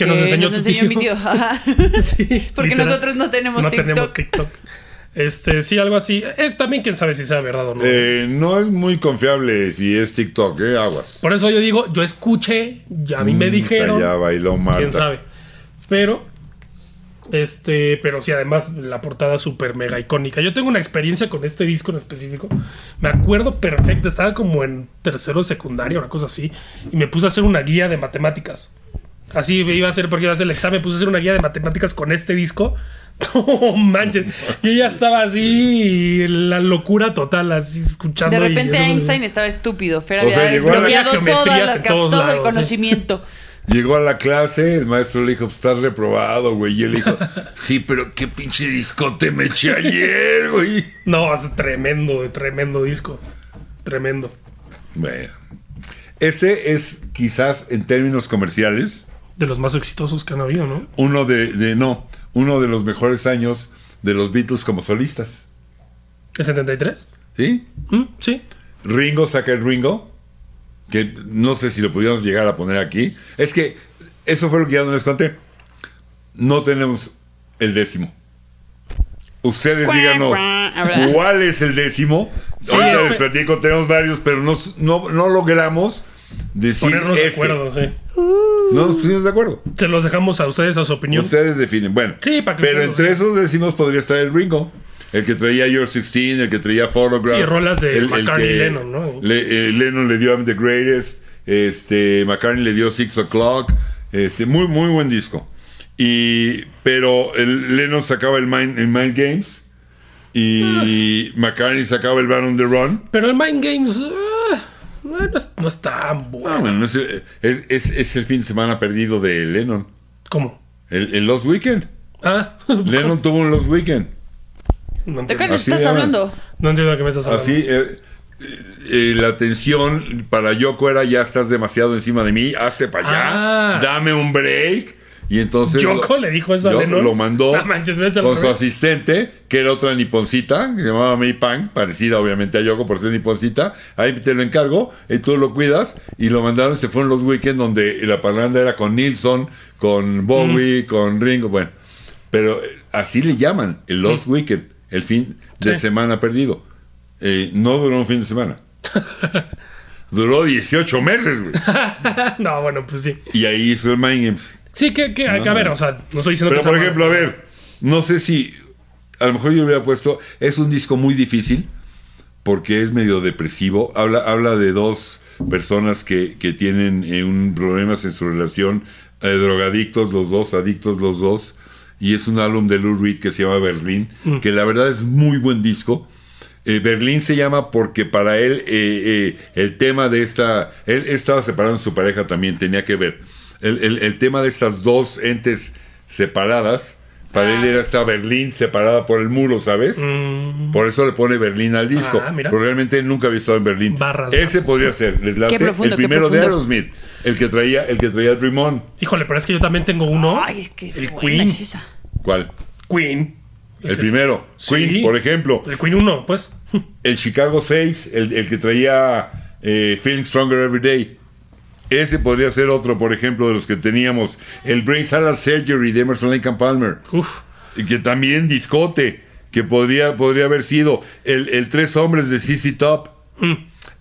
Speaker 3: Eh,
Speaker 2: Que nos enseñó tu tío.
Speaker 3: mi tío. Ajá.
Speaker 2: Sí,
Speaker 3: Porque
Speaker 2: literal.
Speaker 3: nosotros no tenemos
Speaker 2: no
Speaker 3: TikTok.
Speaker 2: tenemos TikTok. Este, sí, algo así. Es también quién sabe si sea verdad o no.
Speaker 1: Eh, no es muy confiable si es TikTok, ¿eh? Aguas.
Speaker 2: Por eso yo digo, yo escuché, ya a mí me
Speaker 1: Mm,
Speaker 2: dijeron.
Speaker 1: Ya bailó Marta.
Speaker 2: Quién sabe. Pero, este, pero sí, además la portada súper mega icónica. Yo tengo una experiencia con este disco en específico. Me acuerdo perfecto, estaba como en tercero de secundaria, una cosa así, y me puse a hacer una guía de matemáticas. Así iba a hacer, porque iba a hacer el examen, puse a hacer una guía de matemáticas con este disco. No manches. Y ella estaba así, la locura total, así escuchando.
Speaker 3: De
Speaker 2: y
Speaker 3: repente
Speaker 2: eso-
Speaker 3: Einstein estaba estúpido. Fer
Speaker 1: O
Speaker 3: había
Speaker 1: sea, llegó a la-
Speaker 3: desbloqueado
Speaker 2: Geometrías
Speaker 3: todas
Speaker 2: en
Speaker 3: las cap-
Speaker 2: todos
Speaker 3: todo el
Speaker 2: lados, ¿eh? sí.
Speaker 3: conocimiento.
Speaker 1: Llegó a la clase, el maestro le dijo, "Pues, estás reprobado, güey. Y él dijo, sí, pero qué pinche discote me eché ayer, güey.
Speaker 2: No, es tremendo, tremendo disco. Tremendo.
Speaker 1: Bueno. Este es quizás en términos comerciales
Speaker 2: De los más exitosos que han habido, ¿no?
Speaker 1: uno de, de- no, uno de los mejores años de los Beatles como solistas,
Speaker 2: ¿El 73?
Speaker 1: ¿sí?
Speaker 2: Mm, sí.
Speaker 1: Ringo saca el Ringo, que no sé si lo pudiéramos llegar a poner aquí. Es que eso fue lo que ya no les conté. No tenemos el décimo. Ustedes
Speaker 3: Cuac,
Speaker 1: díganos
Speaker 3: cuac, habrá.
Speaker 1: cuál es el décimo.
Speaker 2: Sí,
Speaker 1: Ahorita
Speaker 2: es-
Speaker 1: les platico, tenemos varios, pero no, no, no logramos decir.
Speaker 2: Ponernos de
Speaker 1: este.
Speaker 2: acuerdo, sí.
Speaker 1: No nos pusimos de acuerdo.
Speaker 2: Se los dejamos a ustedes a su opinión.
Speaker 1: Ustedes definen. Bueno,
Speaker 2: Sí, para que
Speaker 1: pero
Speaker 2: ustedes
Speaker 1: entre
Speaker 2: lo
Speaker 1: esos decimos podría estar el Ringo. El que traía Your 16, el que traía Photograph.
Speaker 2: Sí, rolas de McCartney
Speaker 1: que
Speaker 2: y Lennon, ¿no?
Speaker 1: le- eh, Lennon le dio I'm the Greatest. Este, McCartney le dio Six O'Clock. Este, muy, muy buen disco. Y, pero el Lennon sacaba el Mind, el Mind Games.
Speaker 2: Ah.
Speaker 1: Y McCartney sacaba el Van on the Run.
Speaker 2: Pero el Mind Games ah, no, no es, no es tan
Speaker 1: Ah,
Speaker 2: bueno.
Speaker 1: bueno, es, es- es- es el fin de semana perdido de Lennon.
Speaker 2: ¿Cómo?
Speaker 1: El, el Lost Weekend.
Speaker 2: Ah,
Speaker 1: Lennon tuvo un Lost Weekend.
Speaker 2: no
Speaker 3: ¿De qué
Speaker 2: entiendo.
Speaker 3: nos
Speaker 1: Así
Speaker 3: estás
Speaker 1: llaman.
Speaker 3: hablando?
Speaker 2: No entiendo de qué me estás hablando.
Speaker 1: Así, eh, eh, la atención para Yoko era ya estás demasiado encima de mí, hazte para allá,
Speaker 2: Ah.
Speaker 1: dame un break. Y entonces
Speaker 2: Yoko le dijo eso a
Speaker 1: Yo-
Speaker 2: Lennon.
Speaker 1: lo mandó
Speaker 2: No manches, ves al
Speaker 1: con su
Speaker 2: revés.
Speaker 1: asistente, que era otra niponcita, que se llamaba May Pang, parecida obviamente a Yoko por ser niponcita. Ahí te lo encargo, y tú lo cuidas. Y lo mandaron, se fueron los weekends donde la parranda era con Nilsson, con
Speaker 2: Mm.
Speaker 1: Bowie, con Ringo, bueno. Pero eh, así le llaman, el Lost Weekend, el fin de
Speaker 2: Mm. Sí.
Speaker 1: semana perdido. Eh, no duró un fin de semana. duró 18 meses, güey.
Speaker 2: no, bueno, pues sí.
Speaker 1: Y ahí hizo el Mind Games.
Speaker 2: Sí, que, que a ver, o sea, no estoy diciendo
Speaker 1: Pero
Speaker 2: que sea
Speaker 1: por
Speaker 2: malo.
Speaker 1: ejemplo, a ver, no sé si a lo mejor yo hubiera puesto, es un disco muy difícil porque es medio depresivo, habla, habla de dos personas que, que tienen eh, un problemas en su relación, eh, drogadictos los dos, adictos los dos, y es un álbum de Lou Reed que se llama Berlín, que la verdad es muy buen disco. Eh, Berlín se llama porque para él eh, eh, el tema de esta. Él estaba separado de su pareja también, tenía que ver. El, el- el tema de estas dos entes separadas, para
Speaker 2: Ah.
Speaker 1: él era esta Berlín separada por el muro, ¿sabes? Por eso le pone Berlín al disco.
Speaker 2: Mm. Ah, mira.
Speaker 1: Pero realmente él nunca había estado en Berlín.
Speaker 2: Barras,
Speaker 1: Ese
Speaker 2: barras.
Speaker 1: podría ser. les late,
Speaker 3: Qué profundo,
Speaker 1: el
Speaker 3: qué
Speaker 1: primero de
Speaker 3: profundo.
Speaker 1: Aerosmith, el que traía, el que traía Dream On.
Speaker 2: Híjole, pero es que yo también tengo uno.
Speaker 3: Ay, es que
Speaker 2: El
Speaker 3: buena
Speaker 2: Queen.
Speaker 3: es esa.
Speaker 1: ¿Cuál?
Speaker 2: Queen.
Speaker 1: El,
Speaker 2: que-
Speaker 1: primero.
Speaker 2: Sí.
Speaker 1: Queen, por ejemplo.
Speaker 2: El Queen 1, pues.
Speaker 1: el Chicago 6, el, el que traía eh, Feeling Stronger Every Day. Ese podría ser otro, por ejemplo, de los que teníamos. El Brain Salad Surgery de Emerson Lincoln Palmer.
Speaker 2: Uf.
Speaker 1: y Que también discote. Que podría, podría haber sido. El, el Tres Hombres de CC Top.
Speaker 2: Mm.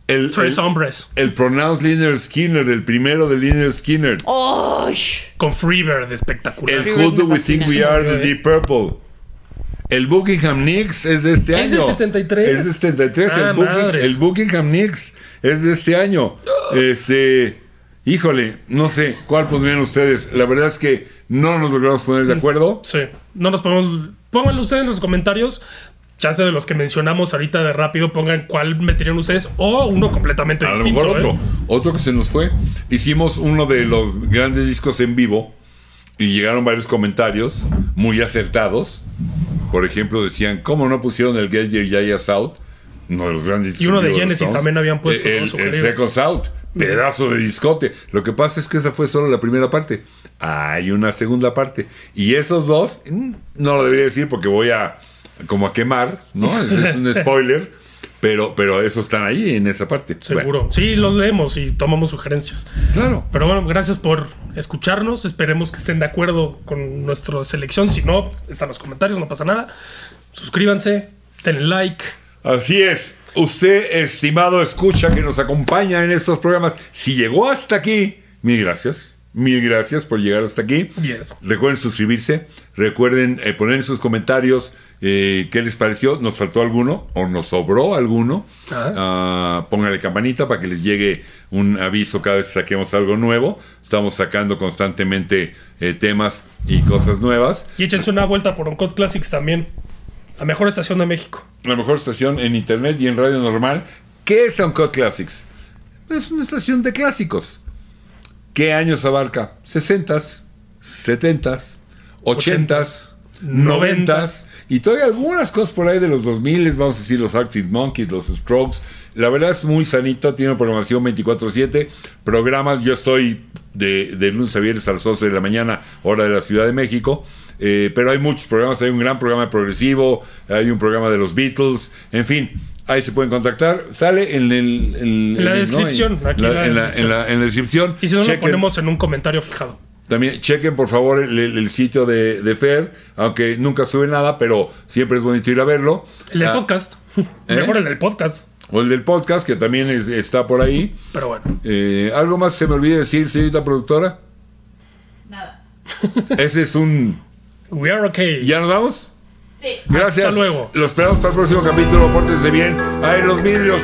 Speaker 1: El,
Speaker 2: Tres
Speaker 1: el-
Speaker 2: hombres.
Speaker 1: El Pronounced Liner Skinner, el primero de Liner Skinner.
Speaker 3: ¡Ay!
Speaker 2: Con Freebird espectacular.
Speaker 1: el
Speaker 3: Freebird
Speaker 1: Who
Speaker 3: me
Speaker 1: Do We
Speaker 3: fascina.
Speaker 1: Think We Are de
Speaker 2: Freebird,
Speaker 1: Deep Purple. El Buckingham Knicks es de este
Speaker 2: ¿Es
Speaker 1: año.
Speaker 2: del 73?
Speaker 1: Es del 73.
Speaker 2: Ah,
Speaker 1: el, Bucking-
Speaker 2: madres.
Speaker 1: el Buckingham Knicks es de este año. Este. Híjole, no sé cuál pondrían ustedes. La verdad es que no nos logramos poner
Speaker 2: Mm.
Speaker 1: de acuerdo.
Speaker 2: Sí, no nos podemos. Pónganlo ustedes en los comentarios. Chance de los que mencionamos ahorita de rápido, pongan cuál meterían ustedes o uno completamente
Speaker 1: A lo
Speaker 2: distinto.
Speaker 1: mejor
Speaker 2: ¿eh?
Speaker 1: otro. Otro que se nos fue. Hicimos uno de los grandes discos en vivo y llegaron varios comentarios muy acertados. Por ejemplo, decían, ¿cómo no pusieron el Get Your Yayas Out? Uno de los grandes discos
Speaker 2: Y uno
Speaker 1: en
Speaker 2: de
Speaker 1: vivo los
Speaker 2: Genesis
Speaker 1: Stones.
Speaker 2: también habían puesto,
Speaker 1: El,
Speaker 2: ¿no?
Speaker 1: el
Speaker 2: Sugerido.
Speaker 1: Second Out. Pedazo de discote. Lo que pasa es que esa fue solo la primera parte. Hay una segunda parte. Y esos dos, mm, no lo debería decir porque voy a como a quemar, ¿no? Es, es un spoiler. Pero, pero esos están ahí en esa parte. Bueno.
Speaker 2: Seguro. Sí, los leemos y tomamos sugerencias.
Speaker 1: Claro.
Speaker 2: Pero bueno, gracias por escucharnos. Esperemos que estén de acuerdo con nuestra selección. Si no, están los comentarios, no pasa nada. suscríbanse, denle like.
Speaker 1: Así es. Usted, estimado escucha que nos acompaña en estos programas, si llegó hasta aquí, mil gracias. Mil gracias por llegar hasta aquí.
Speaker 2: Yes.
Speaker 1: Recuerden suscribirse. Recuerden eh, poner en sus comentarios eh, qué les pareció. ¿Nos faltó alguno o nos sobró alguno?
Speaker 2: Ajá.
Speaker 1: Ah, póngale campanita para que les llegue un aviso cada vez que saquemos algo nuevo. Estamos sacando constantemente eh, temas y cosas nuevas.
Speaker 2: Y échense una vuelta por Oncode Classics también. La mejor estación de México.
Speaker 1: la mejor estación en internet y en radio normal. ¿Qué es Uncut Classics? Es una estación de clásicos. ¿Qué años abarca? 60s, 70s, 80s, 90s y todavía algunas cosas por ahí de los 2000, vamos a decir los Arctic Monkeys, los Strokes. La verdad es muy sanito, tiene programación 24/7, programas, yo estoy de, de lunes a viernes a las 11 de la mañana, hora de la Ciudad de México. Eh, pero hay muchos programas, hay un gran programa progresivo, hay un programa de los Beatles, en fin, ahí se pueden contactar, sale en el... en-
Speaker 2: En la
Speaker 1: en- ¿no?
Speaker 2: descripción,
Speaker 1: En
Speaker 2: aquí
Speaker 1: la-
Speaker 2: la
Speaker 1: en la- en la- en la descripción.
Speaker 2: Y si no, lo
Speaker 1: Chequen-
Speaker 2: ponemos en un comentario fijado.
Speaker 1: también chequen por favor el, el- el sitio de, de Fer, aunque nunca sube nada, pero siempre es bonito ir a verlo.
Speaker 2: El del
Speaker 1: Ah,
Speaker 2: podcast. Mejor el del podcast.
Speaker 1: O el del podcast, que también es- está por ahí.
Speaker 2: Pero bueno.
Speaker 1: Eh, ¿Algo más se me olvide decir, señorita productora?
Speaker 4: Nada.
Speaker 1: Ese es un...
Speaker 2: We are okay.
Speaker 1: ¿Ya nos vamos?
Speaker 4: Sí.
Speaker 1: Gracias.
Speaker 2: Hasta luego.
Speaker 1: Los esperamos para el próximo capítulo. Pórtense bien. Ahí los vidrios.